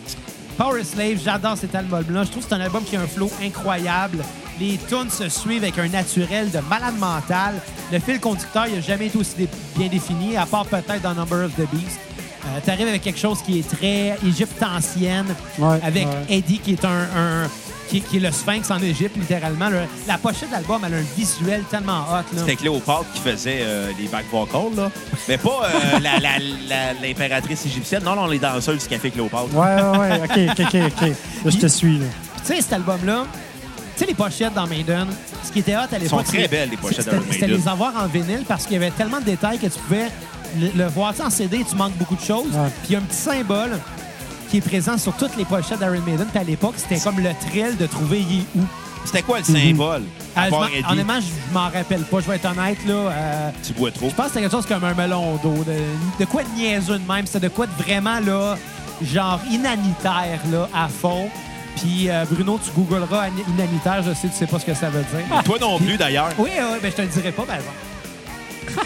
Power Slave, j'adore cet album-là. Je trouve que c'est un album qui a un flow incroyable. Les tunes se suivent avec un naturel de malade mental. Le fil conducteur, il n'a jamais été aussi dé- bien défini, à part peut-être dans Number of the Beast. Euh, T'arrives avec quelque chose qui est très Égypte ancienne, Ouais, avec ouais. Eddie qui est un, un- qui, qui est le sphinx en Égypte, littéralement. Le- la pochette de l'album, elle a un visuel tellement hot. Là. C'était Cléopâtre qui faisait euh, les back vocals, là. Mais pas euh, la- la- la- l'impératrice égyptienne. Non, non, les danseuses du café Cléopâtre. Ouais, ouais, ouais. OK, OK, OK. OK. Là, je te suis. Là. Tu sais, cet album-là, tu sais, les pochettes dans Maiden, ce qui était hot à l'époque. sont très c'est- belles, les pochettes c'était- d'Iron C'était Maiden. les avoir en vinyle parce qu'il y avait tellement de détails que tu pouvais le, le voir Tu sais, en CD, tu manques beaucoup de choses. Ouais. Puis il y a un petit symbole qui est présent sur toutes les pochettes d'Iron Maiden. Puis à l'époque, c'était comme le thrill de trouver il est où. C'était quoi le symbole? À Euh, je part m'en- Eddie, honnêtement, je m'en rappelle pas. Je vais être honnête, là. euh, tu bois trop. je pense que c'était quelque chose comme un melon d'eau. De, de quoi de niaiseux de même. C'était de quoi de vraiment, là, genre inanitaire, là, à fond. Puis euh, Bruno, tu googleras an- inanitaire, je sais, tu sais pas ce que ça veut dire. Toi non plus, d'ailleurs. Oui, oui, ben je te le dirai pas, par exemple.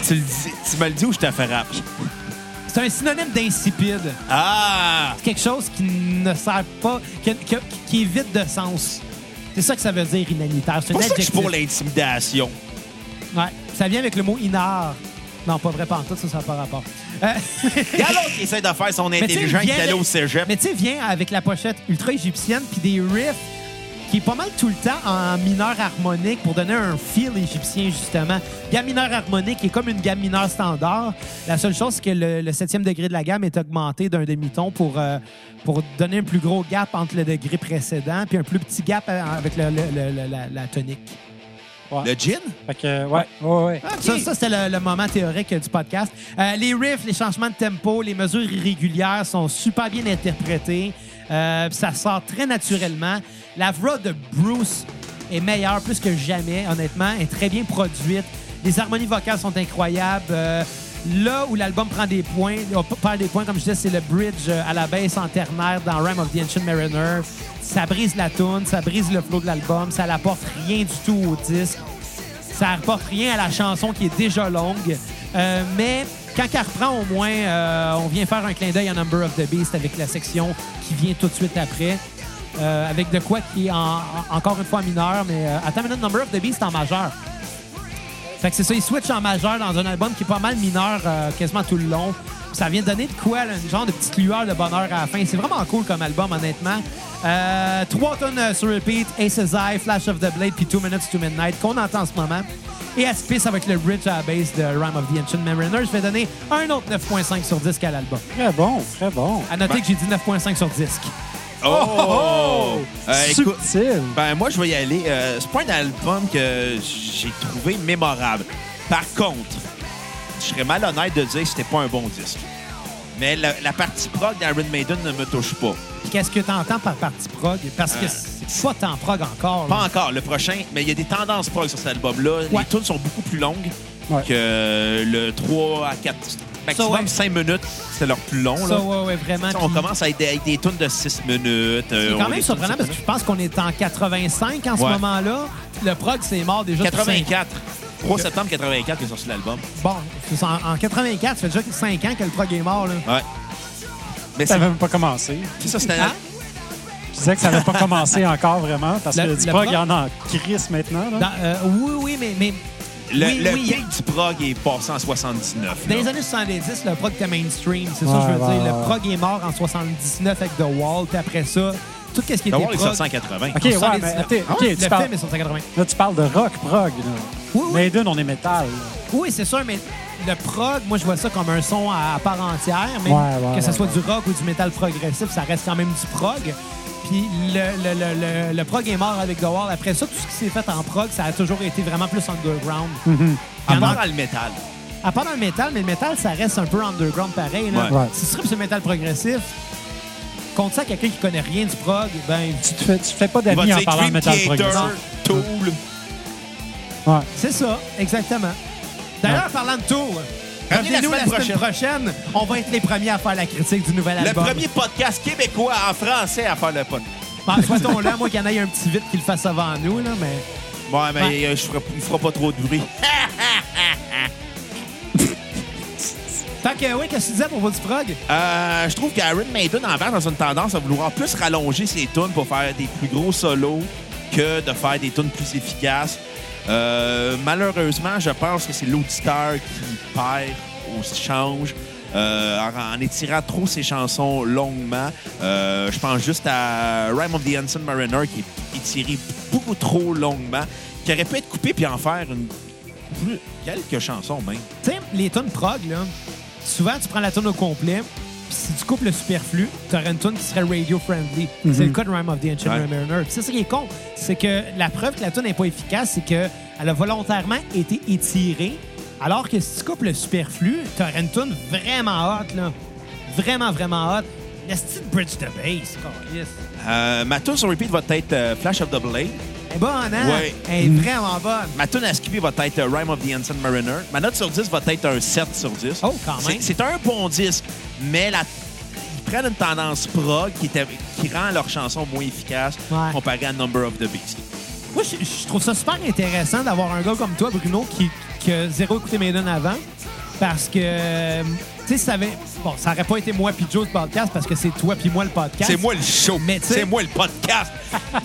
Tu, le dis- tu me le dis ou je te fais rap? C'est un synonyme d'insipide. Ah! Quelque chose qui ne sert pas, qui, qui- qui est vide de sens. C'est ça que ça veut dire inanitaire. C'est un Pour ça que je adjectif. suis pour l'intimidation. Ouais. Ça vient avec le mot inard. Non, pas vrai, pas en tout, ça, ça n'a pas rapport. Euh, Il y a l'autre qui essaie de faire son mais tu sais, intelligent qui est vient- allé au cégep. Mais tu sais, vient avec la pochette ultra égyptienne puis des riffs qui est pas mal tout le temps en mineur harmonique pour donner un feel égyptien, justement. Gamme mineure harmonique est comme une gamme mineure standard. La seule chose, c'est que le, le septième degré de la gamme est augmenté d'un demi-ton pour, euh, pour donner un plus gros gap entre le degré précédent puis un plus petit gap euh, avec le- le- le- le- la, la tonique. Le gin? Fait que, ouais, ouais, ouais. Ça, ça c'était le, le moment théorique euh, du podcast. Euh, les riffs, les changements de tempo, les mesures irrégulières sont super bien interprétées. Euh, ça sort très naturellement. La voix de Bruce est meilleure plus que jamais, honnêtement. Elle est très bien produite. Les harmonies vocales sont incroyables. Euh, là où l'album prend des points, on perd des points, comme je disais, c'est le bridge euh, à la baisse en ternaire dans Rime of the Ancient Mariner. Ça brise la tune, ça brise le flow de l'album, ça n'apporte rien du tout au disque. Ça rapporte rien à la chanson qui est déjà longue. Euh, mais quand elle reprend, au moins, euh, on vient faire un clin d'œil à Number of the Beast avec la section qui vient tout de suite après. Euh, avec de quoi qui est en- en- encore une fois en mineur, mais euh, attends une minute, Number of the Beast en majeur. Fait que c'est ça, il switch en majeur dans un album qui est pas mal mineur euh, quasiment tout le long. Puis Ça vient donner de quoi, là, une genre de petite lueur de bonheur à la fin. C'est vraiment cool comme album, honnêtement. Euh, trois tonnes euh, sur repeat, Ace's Eye, Flash of the Blade, puis Two Minutes to Midnight, qu'on entend en ce moment. Et à Spice avec le bridge à la base de Rhyme of the Ancient Mariner, je vais donner un autre 9.5 sur 10 à l'album. Très bon, très bon. À noter que j'ai dit 9.5 sur 10. Oh! Euh, écoute, Subtil. ben moi, je vais y aller. Euh, c'est pas un album que j'ai trouvé mémorable. Par contre, je serais malhonnête de dire que c'était pas un bon disque. Mais la, la partie prog d'Iron Maiden ne me touche pas. Puis Qu'est-ce que t'entends par partie prog? Parce que Euh, c'est pas tant prog encore. là. Pas encore, le prochain, mais il y a des tendances prog sur cet album-là. Ouais. Les tunes sont beaucoup plus longues Ouais. que le 3 à 4, maximum ouais. 5 minutes, c'est leur plus long. là. Ça, ouais, ouais, vraiment. on Puis- commence avec des, avec des tunes de 6 minutes. euh, C'est on quand les même surprenant tourne parce que je pense qu'on est en 85 en ce Ouais. moment-là. Le prog, c'est mort déjà. depuis 84. 3 septembre 84 qui est sorti l'album. cinq- Bon, c'est en, en 84, ça fait déjà 5 ans que le prog est mort. Là. Ouais. Mais Ça c'est n'avait même pas commencé. c'est ça, c'était Hein? Je disais que ça n'avait pas commencé encore vraiment parce que Le- du le prog, il y prog- en a en crise maintenant. là. Dans- euh, oui, oui, mais. mais le, oui, le oui, pic du prog est passé en 79. Dans là. les années 70, le prog était mainstream, c'est ça Ouais, que je veux ouais, dire. ouais. Le prog est mort en 79 avec The Wall, puis après ça, tout ce qui était The Wall prog... est sorti en 80. OK, ouais, 79. mais attends, OK, le tu film parles, est sorti en 80. là, tu parles de rock prog. Là. Oui, oui. Maiden, on est métal. là. Oui, c'est sûr, mais le prog, moi, je vois ça comme un son à, à part entière. Même Ouais, ouais, que ce ouais, soit ouais. du rock ou du métal progressif, ça reste quand même du prog. Puis le, le, le, le, le prog est mort avec The Wall. Après ça, tout ce qui s'est fait en prog, ça a toujours été vraiment plus underground. À Il y en a- part dans le métal. à part dans le métal, mais le métal, ça reste un peu underground pareil. Là. Ouais. Ouais. Si tu strips ce métal progressif, compte ça à quelqu'un qui connaît rien du prog, ben, Tu te fais, tu te fais pas Il va d'amis en dire parlant de Dream métal Theater, progressif. Tool. Ouais. c'est ça, exactement. D'ailleurs, parlant de tour, Revenez la revenez-nous la, semaine semaine prochaine. On va être les premiers à faire la critique du nouvel Le album. premier podcast québécois en français à faire le podcast. Ben, Soit-on là, moi qu'il y en ait un petit vite qu'il le fasse avant nous, là, mais. Ouais, mais euh, je ferai- il fera pas trop de bruit. Fait que, oui, qu'est-ce que tu disais pour votre prog? Euh, je trouve qu'Aaron Maiden envers dans une tendance à vouloir plus rallonger ses tunes pour faire des plus gros solos que de faire des tunes plus efficaces. Euh, malheureusement, je pense que c'est l'auditeur qui perd ou se change euh, en, en étirant trop ses chansons longuement. Euh, je pense juste à Rime of the Ancient Mariner qui est étiré beaucoup trop longuement, qui aurait pu être coupé puis en faire une, plus- quelques chansons même. Tu sais, les tunes prog, là, souvent, tu prends la tune au complet, puis si tu coupes le superflu, t'aurais une tune qui serait radio-friendly. C'est le cas de Rhyme of the Ancient Mhm. Ouais. Mariner. Puis c'est ça qui est con, c'est que la preuve que la tune n'est pas efficace, c'est qu'elle a volontairement été étirée, alors que si tu coupes le superflu, t'aurais une tune vraiment hot, là. Vraiment, vraiment hot. La style Bridge de Bass, câlisse. Euh, ma tune sur repeat va être euh, Flash of the Blade. Elle est bonne, hein? Ouais. Mhm. Elle est vraiment bonne. Ma tune à skipper va être euh, Rhyme of the Ancient Mariner. Ma note sur 10 va être un 7 sur 10. Oh, quand même. C'est c'est un bon disque, mais la... il prennent une tendance prog qui, était- qui rend leur chanson moins efficace Ouais. comparée à Number of the Beast. Moi, je, je trouve ça super intéressant d'avoir un gars comme toi, Bruno, qui, qui a zéro écouté Maiden avant. Parce que, tu sais, ça avait. Bon, ça aurait pas été moi puis Joe le podcast parce que c'est toi puis moi le podcast. C'est moi le show. Mais tu sais- C'est moi le podcast.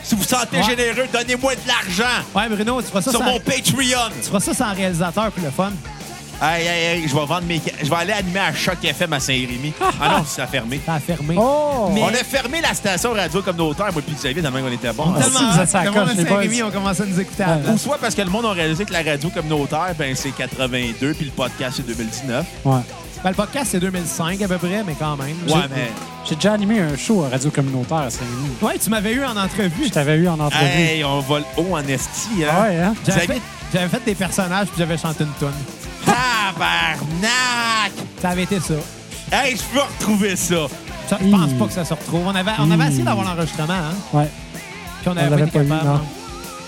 si vous vous sentez Ouais. généreux, donnez-moi de l'argent Ouais, Bruno, tu feras ça sur sans, mon Patreon. tu feras ça sans réalisateur pour le fun. Hey, hey, hey, je vais vendre mes. ca- Je vais aller animer à Choc FM à Saint-Rémy. Ah non, ça a fermé. T'as fermé. Oh! Mais- On a fermé la station radio comme nos terres, moi puis Xavier, tellement qu'on était bon. Merci, vous êtes à la coche, les boys. on commencé à nous écouter avant. Ou soit parce que le monde a réalisé que la radio communautaire, ben, c'est 82, puis le podcast, c'est 2019. Ouais. Ben, le podcast, c'est 2005 à peu près, mais quand même. Ouais, mais. J'ai déjà animé un show à Radio Communautaire à Saint-Denis. Ouais, tu m'avais eu en entrevue. Je t'avais eu en entrevue. Hey, on vole haut en esti, hein? Ouais, hein? J'avais Xavier- fait, j'avais fait des personnages puis j'avais chanté une tune. Tabarnak! Ça avait été ça. Hey, je peux retrouver ça. Ça, Je pense Mmh. pas que ça se retrouve. On avait, on avait Mmh. essayé d'avoir l'enregistrement, hein, Ouais. puis on On n'avait l'avait pas été pas eu, capable. non. non.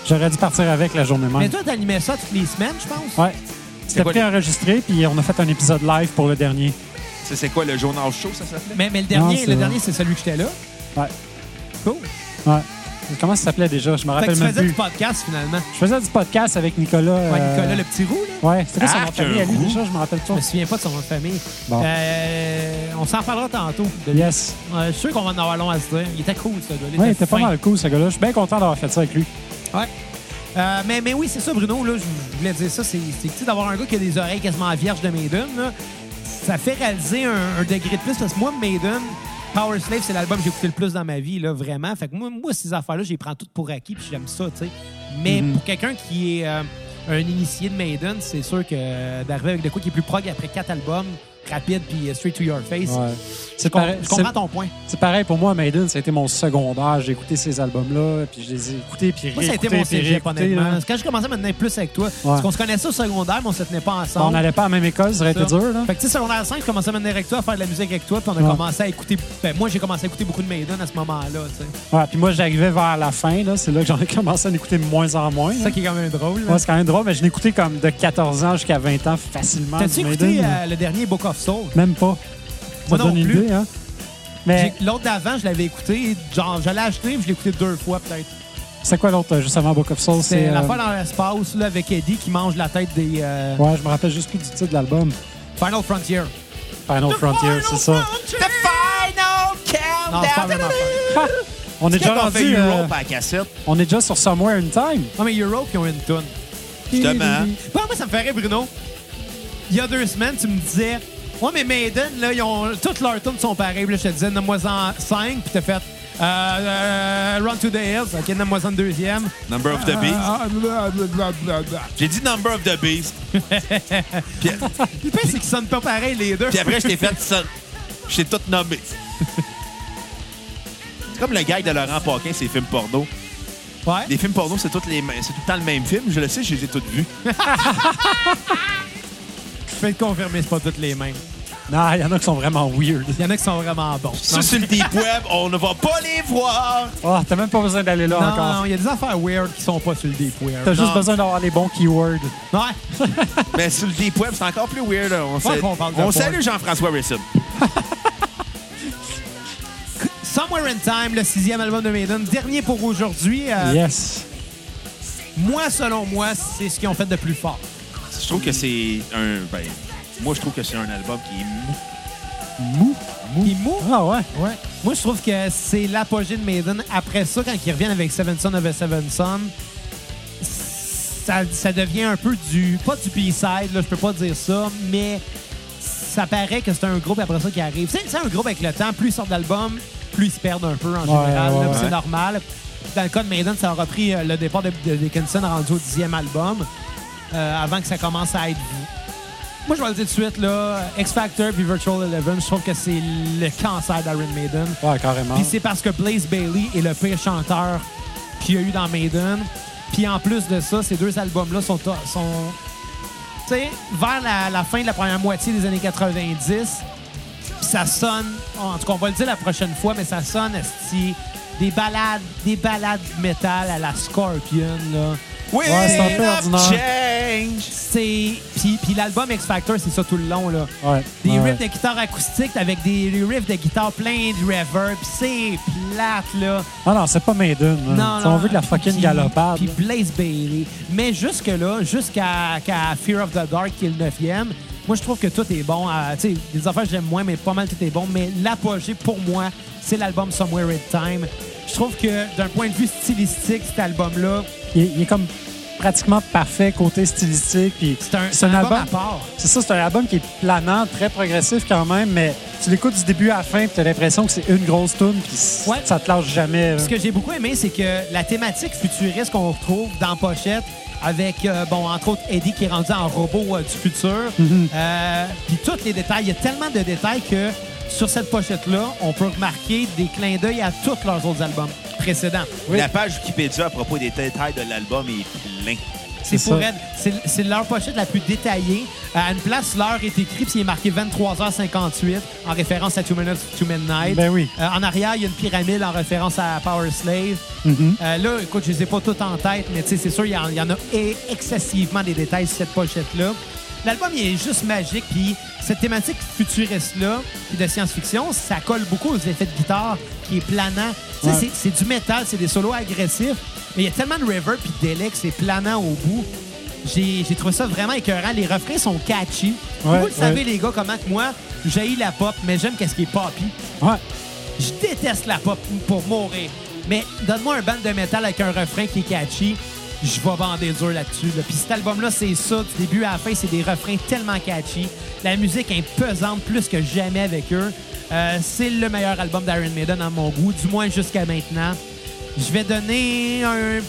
J'aurais dû partir avec la journée Mais même. toi, t'animais ça toutes les semaines, je pense. Ouais. C'était quoi préenregistré, puis on a fait un épisode live pour le dernier. C'est c'est quoi, le journal show, ça s'appelait? Mais, mais le dernier, Ah. Non, c'est le vrai. dernier, c'est celui que j'étais là. Ouais. Cool. Ouais. Comment ça s'appelait déjà? Je me Fait que rappelle tu Ah, même faisais plus. du podcast finalement. Je faisais du podcast avec Nicolas. Ouais, euh, Nicolas, le petit roux, là. Ouais, c'était quoi son Ah, nom de famille que à lui roux. déjà? Je me rappelle Je pas. me souviens pas de son nom de famille. Bon. Euh, on s'en parlera tantôt. de lui. Yes. Euh, je suis sûr qu'on va en avoir long à se dire. Il était cool, ce gars-là. Ouais, il était pas fin. mal cool, ce gars-là. Je suis bien content d'avoir fait ça avec lui. Ouais. Euh, mais, mais oui, c'est ça, Bruno. Là, je voulais dire ça. C'est c'est que, tu sais, d'avoir un gars qui a des oreilles quasiment vierges de Maiden. là, ça fait réaliser un, un degré de plus. Parce que moi, Maiden, Power Slave, c'est l'album que j'ai écouté le plus dans ma vie, là, vraiment. Fait que moi, moi ces affaires-là, je les prends toutes pour acquis, puis j'aime ça, tu sais. Mais Mhm. pour quelqu'un qui est euh, un initié de Maiden, c'est sûr que euh, d'arriver avec de quoi qui est plus prog après quatre albums, rapide, puis euh, straight to your face. Ouais. Je, C'est com- pareil, je c'est- comprends ton point. c'est pareil pour moi, Maiden, ça a été mon secondaire. J'ai écouté ces albums-là, puis je les ai écoutés, puis Moi, ça a réécoutés, été mon puis cégep, réécoutés, honnêtement. là. Parce que Quand je commençais à me tenir plus avec toi, parce qu'on se connaissait au secondaire, mais on se tenait pas ensemble. On n'allait pas à la même école, ça aurait été Ça. dur. Là. Fait que, tu sais, secondaire 5, je commençais à m'amener avec toi, à faire de la musique avec toi, puis on a Ouais. commencé à écouter. Ben, moi, j'ai commencé à écouter beaucoup de Maiden à ce moment-là, tu sais. Ouais, puis moi, j'arrivais vers la fin. là. C'est là que j'en ai commencé à en écouter de moins en moins. C'est là. ça qui est quand même drôle. là. Ouais, c'est quand même drôle, mais je l'ai écouté comme de 14 ans jusqu'à 20 ans facilement. T'as-tu du écouté Maiden, euh, le dernier Book of Soul? Même pas. Ça Moi non donne une plus. idée, hein? Mais J'ai- L'autre d'avant, je l'avais écouté. Genre, je l'ai acheté, puis je l'ai écouté deux fois, peut-être. c'est quoi l'autre, euh, juste avant Book of Souls? C'est euh, l'affaire dans l'espace, là, avec Eddie qui mange la tête des. euh, Ouais, je me rappelle juste plus du titre de l'album. Final Frontier. Final Frontier, c'est ça. The final Non, c'est pas la countdown! même affaire. Ha! On est Quand déjà on fait rendu, euh, Europe à la cassette, on est déjà sur Somewhere in Time. Non, mais Europe, ils ont une toune. justement, hein? Hein? Ouais, moi, ça me ferait, Bruno. Il y a deux semaines, tu me disais, ouais, mais Maiden, là, ils ont, toutes leurs tunes sont pareilles. Puis là, je te disais, nomme-moi-en cinq, puis t'as fait, euh, euh, Run to the Hills, ok, nomme-moi-en une deuxième. Number of the Beast. Ah, blablabla. J'ai dit Number of the Beast. puis, Le pire, c'est qu'ils sonnent pas pareil, les deux. puis après, je t'ai fait ça. Je t'ai tout nommé. C'est comme le gag de Laurent Paquin, ses films porno. Ouais. Les films porno, c'est toutes les mêmes- c'est tout le temps le même film. Je le sais, je les ai tous vus. Je peux te confirmer, c'est pas toutes les mêmes. Non, il y en a qui sont vraiment weird. Il y en a qui sont vraiment bons. Ceux sur le Deep Web, on ne va pas les voir. Oh, t'as même pas besoin d'aller là Non, encore. non, non, il y a des affaires weird qui sont pas sur le deep T'as weird. juste Non. besoin d'avoir les bons keywords. Ouais. Mais sur le Deep Web, c'est encore plus weird. hein. On, sait- qu'on parle de porn. on salue Jean-François Risson. Somewhere in Time, le sixième album de Maiden. Dernier pour aujourd'hui. Euh, Yes. Moi, selon moi, c'est ce qu'ils ont fait de plus fort. Je trouve que c'est un. Ben, moi, je trouve que c'est un album qui est mou. Mou. Puis mou, Ah ouais. Ouais. Moi, je trouve que c'est l'apogée de Maiden. Après ça, quand ils reviennent avec Seven Son of a Seven Son, ça, ça devient un peu du... Pas du B-side, là, je peux pas dire ça, mais ça paraît que c'est un groupe après ça qui arrive. C'est c'est un groupe avec le temps. Plus ils sortent d'albums, plus ils se perdent un peu en général. ouais, là, ouais. C'est normal. Dans le cas de Maiden, ça a repris euh, le départ de, de Dickinson rendu au dixième album euh, avant que ça commence à être moi, je vais le dire tout de suite, là, X Factor puis Virtual Eleven, je trouve que c'est le cancer d'Iron Maiden. Ouais, carrément. Puis c'est parce que Blaze Bailey est le pire chanteur qu'il y a eu dans Maiden. Puis en plus de ça, ces deux albums-là sont, sont tu sais, vers la, la fin de la première moitié des années 90, pis ça sonne, en tout cas, on va le dire la prochaine fois, mais ça sonne, esti, des balades, des balades métal à la Scorpion, là. Oui, Ouais, c'est un peu ordinaire. change. C'est. Puis, puis l'album X Factor, c'est ça tout le long, là. Ouais. Des ouais. riffs de guitare acoustique avec des riffs de guitare plein de reverb. C'est plate, là. Non, Ah, non, c'est pas Maiden. là. Non, Si non. on veut de la fucking Puis- galopade. Puis là. Blaze Bailey. Mais jusque-là, jusqu'à qu'à Fear of the Dark, qui est le neuvième, moi, je trouve que tout est bon. Euh, tu sais, les affaires, j'aime moins, mais pas mal tout est bon. Mais l'apogée, pour moi, c'est l'album Somewhere in Time. Je trouve que, d'un point de vue stylistique, cet album-là, il, est- il est comme pratiquement parfait côté stylistique. puis c'est un, c'est un album, à part. C'est ça, c'est un album qui est planant, très progressif quand même, mais tu l'écoutes du début à la fin, puis t'as l'impression que c'est une grosse tune, puis c- Ouais. ça te lâche jamais. là. Ce que j'ai beaucoup aimé, c'est que la thématique futuriste qu'on retrouve dans Pochette, avec, euh, bon, entre autres, Eddie qui est rendu en robot euh, du futur, Mhm. euh, puis tous les détails, il y a tellement de détails que sur cette pochette-là, on peut remarquer des clins d'œil à tous leurs autres albums précédents. Oui. La page Wikipédia à propos des détails de l'album est plein. C'est C'est pour ça. elle, c'est c'est leur pochette la plus détaillée. Euh, À une place, l'heure est écrite, puis il est marqué 23h58 en référence à Two Minutes to Midnight. Ben oui. Euh, en arrière, il y a une pyramide en référence à Power Slave. Mm-hmm. Euh, là, écoute, je les ai pas toutes en tête, mais tu sais, c'est sûr, il y, en- il y en a é- excessivement des détails sur cette pochette-là. L'album, il est juste magique, puis cette thématique futuriste-là, puis de science-fiction, ça colle beaucoup aux effets de guitare qui est planant. Tu sais, Ouais. c'est- c'est du métal, c'est des solos agressifs, mais il y a tellement de reverb puis de délai que c'est planant au bout. J'ai j'ai trouvé ça vraiment écœurant. Les refrains sont catchy. Ouais, vous le savez, ouais. les gars, comment que moi, j'haïs la pop, mais j'aime qu'est-ce qui est poppy. Ouais. Je déteste la pop pour mourir. Mais donne-moi un band de métal avec un refrain qui est catchy, je vais bander dur là-dessus. là. Puis cet album-là, c'est ça. Du début à la fin, c'est des refrains tellement catchy. La musique est pesante plus que jamais avec eux. Euh, c'est le meilleur album d'Iron Maiden à mon goût, du moins jusqu'à maintenant. Je vais donner un...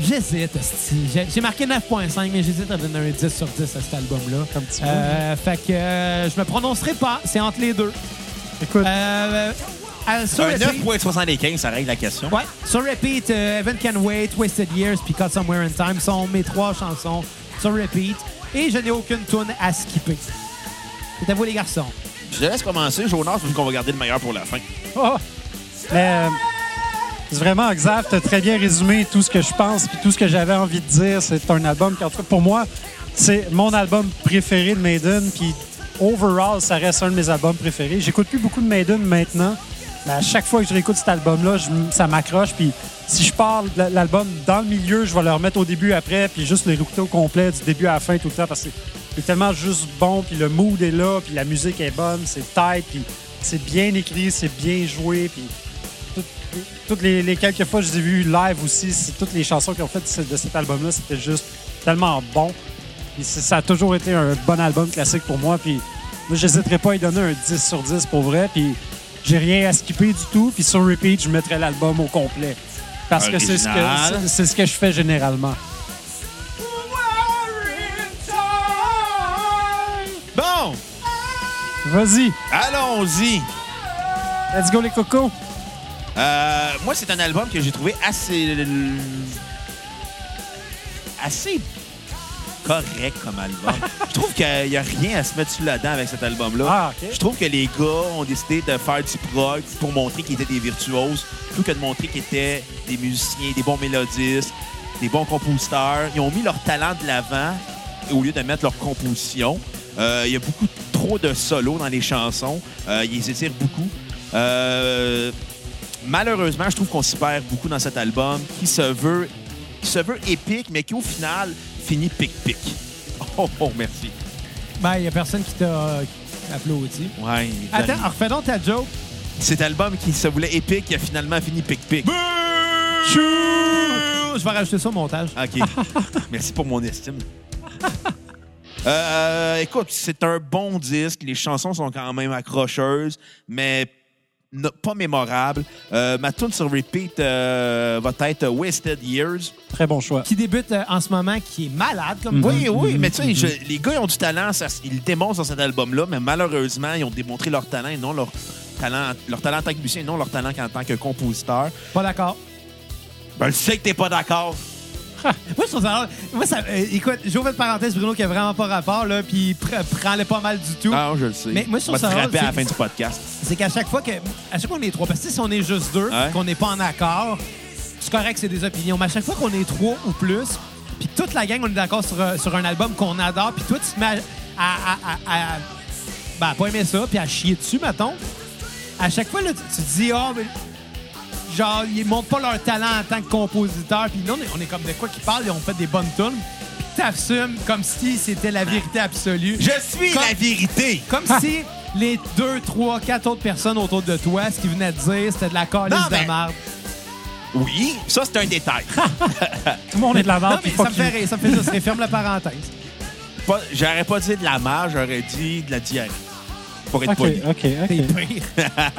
J'hésite, esti. J'ai- J'ai marqué 9.5, mais j'hésite à donner un 10 sur 10 à cet album-là. Comme tu veux. Euh, fait que euh, je me prononcerai pas, c'est entre les deux. Écoute, Euh, euh, sur Un repeat, 9.75, ça règle la question. ouais, sur repeat, euh, Heaven Can Wait, Twisted Years, puis Cut Somewhere in Time sont mes trois chansons sur repeat. Et je n'ai aucune tune à skipper. C'est à vous, les garçons. Je te laisse commencer, Jonas, parce qu'on va garder le meilleur pour la fin. oh! mais, euh, c'est vraiment, Xav, t'as très bien résumé tout ce que je pense, puis tout ce que j'avais envie de dire. C'est un album qui, en tout cas, pour moi, c'est mon album préféré de Maiden, puis overall, ça reste un de mes albums préférés. J'écoute plus beaucoup de Maiden maintenant, mais à chaque fois que je réécoute cet album-là, je- ça m'accroche, puis si je parle de l'album dans le milieu, je vais le remettre au début, après, puis juste le réécouter au complet, du début à la fin, tout le temps, parce que c'est tellement juste bon, puis le mood est là, puis la musique est bonne, c'est tight, puis c'est bien écrit, c'est bien joué, puis tout- toutes les, les quelques fois que je les ai vus live aussi, c'est- toutes les chansons qu'ils ont faites de ce- de cet album-là, c'était juste tellement bon. Puis c'est- ça a toujours été un bon album classique pour moi. Puis moi, j'hésiterais pas à y donner un 10 sur 10 pour vrai. Puis j'ai rien à skipper du tout. Puis sur repeat, je mettrais l'album au complet. Parce que c'est ce que, Original. c'est- c'est ce que je fais généralement. Bon, Vas-y, allons-y. let's go les cocos. Euh, moi, c'est un album que j'ai trouvé assez. assez correct comme album. je trouve qu'il n'y a rien à se mettre sous la dent avec cet album-là. Ah, ok. Je trouve que les gars ont décidé de faire du prog pour montrer qu'ils étaient des virtuoses, plutôt que de montrer qu'ils étaient des musiciens, des bons mélodistes, des bons compositeurs. Ils ont mis leur talent de l'avant au lieu de mettre leur composition. Euh, Il y a beaucoup trop de solos dans les chansons. Euh, ils étirent beaucoup. Euh, malheureusement, je trouve qu'on s'y perd beaucoup dans cet album qui se veut, qui se veut épique, mais qui au final finit pic-pic. Oh, oh, merci. Ben, il n'y a personne qui t'a euh, qui t'a applaudi. Ouais, Attends, alors, fais donc ta joke. cet album qui se voulait épique qui a finalement fini pic-pic. Oh, Je vais rajouter ça au montage. OK. Merci pour mon estime. Euh, écoute, c'est un bon disque. Les chansons sont quand même accrocheuses, mais n- pas mémorables. Euh, ma tune sur repeat euh, va être Wasted Years. Très bon choix. Qui débute euh, en ce moment, qui est malade comme Oui, oui, mais tu sais, je- les gars ils ont du talent, ça s- ils le démontrent dans cet album-là, mais malheureusement, ils ont démontré leur talent et non leur talent, leur talent en tant que musicien et non leur talent en tant que compositeur. Pas d'accord. Ben, je sais que t'es pas d'accord. Moi, je trouve ça drôle. Moi, ça, euh, écoute, j'ouvre une parenthèse, Bruno, qui a vraiment pas rapport, là, puis il pr- prend-le pas mal du tout. Ah, Non, je le sais. Mais moi, je trouve On va ça te drôle, frapper à la c'est- fin du podcast. c'est qu'à chaque fois que à chaque fois on est trois parce que si on est juste deux Ouais. qu'on n'est pas en accord c'est correct, c'est des opinions. Mais à chaque fois qu'on est trois ou plus, puis toute la gang, on est d'accord sur, euh, sur un album qu'on adore, puis toi, tu te mets à, à- à- à- à- ben, pas aimer ça, puis à chier dessus, mettons. À chaque fois, là, tu, tu te dis, ah, mais genre, ils montrent pas leur talent en tant que compositeur. Puis là, on est, on est comme de quoi qu'ils parlent, ils ont fait des bonnes tunes. Puis t'assumes comme si c'était la vérité absolue. Je suis Comme- la vérité. Comme Ah. si les deux, trois, quatre autres personnes autour de toi, ce qu'ils venaient de dire, c'était de la calice Non, de ben, merde. Oui, ça, c'est un détail. Tout le monde est de la Non, merde. mais puis ça me fuck you. fait rire, ça me fait juste rire. Ferme la parenthèse. Pas- J'aurais pas dit de la marge, j'aurais dit de la diarrhée. Pour être poli. OK, OK, C'est OK. pire.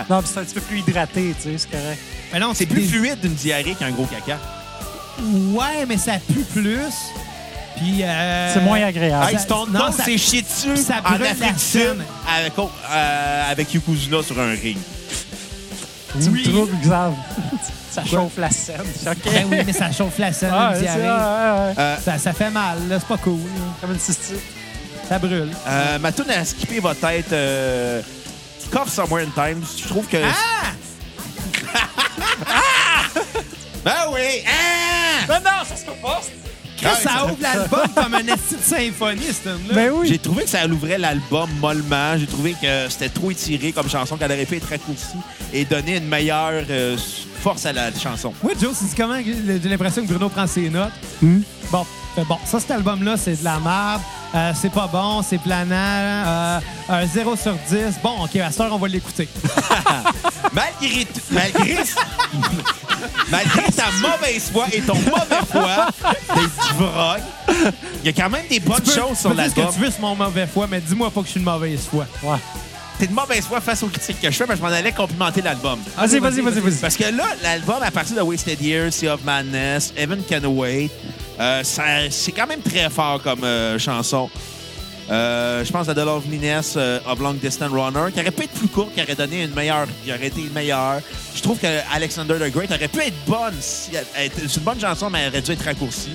Non, puis c'est un petit peu plus hydraté, tu sais, c'est correct. Mais non, C'est plus des- fluide d'une diarrhée qu'un gros caca. Ouais, mais ça pue plus. Puis. euh, C'est moins agréable. Hey, ça- Stone non, Cold ça- s'est chié dessus ça en brûle la Afrique du Sud scène. avec, euh, avec Yokozuna sur un ring. Tu oui. me troubles, Xav. ça chauffe la scène. c'est OK. Ben oui, mais ça chauffe la scène, Ah, une c'est- diarrhée. ah, ah, ah. Euh, Ça, ça fait mal, là, c'est pas cool. Comme une cystite. Ça brûle. euh, ma toune à skipper va être euh, Cough Somewhere in Time. Je trouve que... Ah! Ben oui! Ah! Mais non, ça se peut pas. Chris, ça ouvre l'album comme un esti de symphonie, ce tune-là. Ben oui. J'ai trouvé que ça ouvrait l'album mollement. J'ai trouvé que c'était trop étiré comme chanson, qu'elle aurait pu être raccourcie et donner une meilleure euh, force à la chanson. Oui, Joe, c'est comment j'ai j'ai l'impression que Bruno prend ses notes. Bon, fait bon, ça, cet album-là, c'est de la merde. Euh, c'est pas bon, c'est planant. Euh, un 0 sur 10. Bon, OK, à cette heure, on va l'écouter. Malgré, t- malgré, malgré ta mauvaise foi et ton mauvais foi d'être ivrogne, il y a quand même des bonnes Tu peux- choses tu sur peux dire ce l'album. que tu veux sur mon mauvais foi, mais dis-moi pas que je suis une mauvaise foi. Ouais. T'es de mauvaise foi face aux critiques que je fais, mais je m'en allais complimenter l'album. Ah, Vas-y, vas-y, vas-y, vas-y. Parce que là, l'album, à partir de Wasted Years, Sea of Madness, Evan Can Wait, euh, ça- c'est quand même très fort comme euh, chanson. Euh, je pense à The Loveliness euh, of Long Distance Runner, qui aurait pu être plus court, qui aurait donné une meilleure, qui aurait été une meilleure. Je trouve que Alexander the Great aurait pu être bonne. si- elle- c'est une bonne chanson, mais elle aurait dû être raccourcie.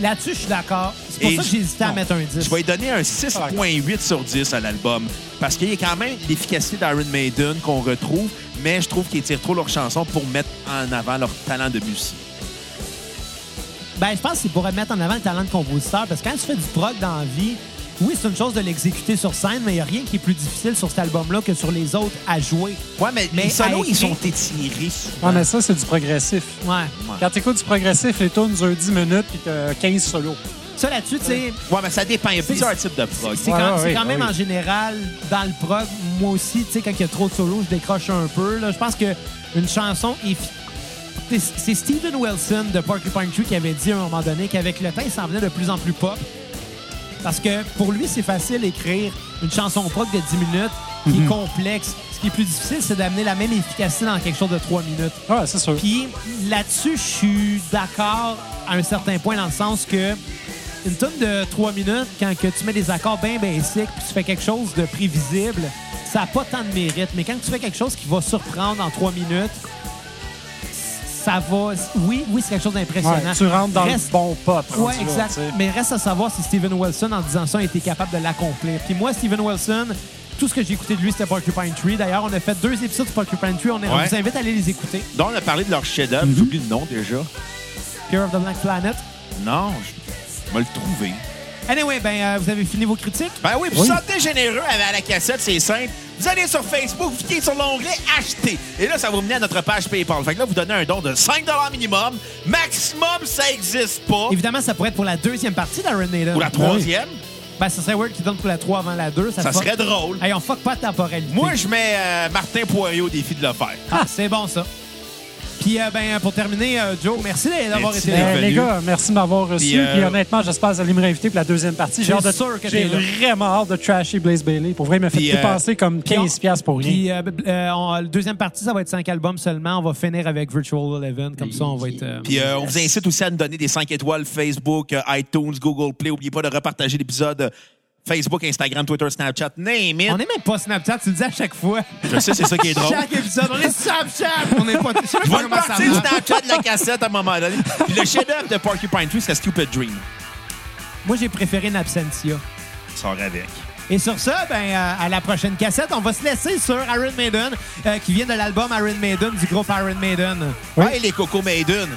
Là-dessus, je suis d'accord. C'est pour Et ça que je- j'ai hésité à non. mettre un 10. Je vais lui donner un 6.8 sur 10 à l'album. Parce qu'il y a quand même l'efficacité d'Iron Maiden qu'on retrouve, mais je trouve qu'ils tirent trop leurs chansons pour mettre en avant leur talent de musique. Ben, je pense que c'est pour mettre en avant le talent de compositeur, parce que quand tu fais du prog dans la vie, oui, c'est une chose de l'exécuter sur scène, mais il n'y a rien qui est plus difficile sur cet album-là que sur les autres à jouer. Ouais, mais, Mais les à solos, écrire- ils sont étirés. souvent. Ah, mais ça, c'est du progressif. Ouais. Quand t'écoutes du progressif, les tunes durent 10 minutes puis t'as 15 solos. Ça, là-dessus, tu sais, Ouais, mais ça dépend. Il y a plusieurs types de prog. c'est Ouais, quand, ouais, c'est ouais, quand même ouais. en général, dans le prog, moi aussi, tu sais, quand il y a trop de solos, je décroche un peu. là. Je pense que une chanson effi- c'est- C'est Steven Wilson de Porcupine Tree qui avait dit à un moment donné qu'avec le temps, il s'en venait de plus en plus pop. Parce que pour lui, c'est facile d'écrire une chanson prog de 10 minutes qui Mhm. est complexe. Ce qui est plus difficile, c'est d'amener la même efficacité dans quelque chose de 3 minutes. Ouais, c'est sûr. Puis là-dessus, je suis d'accord à un certain point dans le sens que une tonne de 3 minutes, quand que tu mets des accords bien basiques puis tu fais quelque chose de prévisible, ça n'a pas tant de mérite. Mais quand tu fais quelque chose qui va surprendre en 3 minutes, ça va. Oui, oui, c'est quelque chose d'impressionnant. Ouais, tu rentres dans Reste- le bon pop. oui, rendu là, exact. tu sais. Mais reste à savoir si Steven Wilson, en disant ça, a été capable de l'accomplir. Puis moi, Steven Wilson, tout ce que j'ai écouté de lui, c'était Porcupine Tree. D'ailleurs, on a fait deux épisodes de Porcupine Tree. On, est- on Ouais. vous invite à aller les écouter. Donc, on a parlé de leur chef-d'œuvre. J'oublie le nom déjà. Pure of the Black Planet. Non, je je vais le trouver. Anyway, ben, euh, vous avez fini vos critiques? Ben oui, vous Oui. sentez généreux à la cassette, c'est simple. Vous allez sur Facebook, vous cliquez sur l'onglet Acheter. Et là, ça vous mener à notre page PayPal. Fait que là, vous donnez un don de 5 minimum. Maximum, ça n'existe pas. Évidemment, ça pourrait être pour la deuxième partie d'Iron Maiden. Ou la troisième, Ben, ça serait Word qui donne pour la 3 avant la 2. Ça, ça fuck- serait drôle. Hey, on fuck pas de temporalité. Moi, je mets euh, Martin Poirier au défi de le faire. Ah, c'est bon, ça. Puis, euh, ben, pour terminer, euh, Joe, merci d'avoir été Merci d'être là. Ben, les venu. gars, merci de m'avoir reçu. Puis, Puis, euh, honnêtement, j'espère que vous allez me réinviter pour la deuxième partie. J'ai J'ai hâte de- sûr que J'ai t'es là. vraiment hâte de trasher Blaze Bailey. Pour vrai, il m'a fait Puis, euh, dépenser comme 15$ piastres pour rien. Puis, euh, euh, on- la deuxième partie, ça va être 5 albums seulement. On va finir avec Virtual Eleven. Comme ça, on va être. euh, Puis euh, on vous incite aussi à nous donner des 5 étoiles Facebook, euh, iTunes, Google Play. N'oubliez pas de repartager l'épisode euh, Facebook, Instagram, Twitter, Snapchat, name it. On n'est même pas Snapchat, tu le dis à chaque fois. Je sais, euh, c'est ça qui est drôle. Chaque épisode, on est Snapchat. On n'est pas. Je sais même Je pas vais le comment ça partir marche. Snapchat de la cassette à un moment donné. Puis le chef-d'œuvre de Porcupine Tree, c'est Stupid Dream. Moi, j'ai préféré Napsentia. Sors avec. Et sur ça, ben, euh, à la prochaine cassette, on va se laisser sur Iron Maiden, euh, qui vient de l'album Iron Maiden du groupe Iron Maiden. Hey, les Coco Maiden.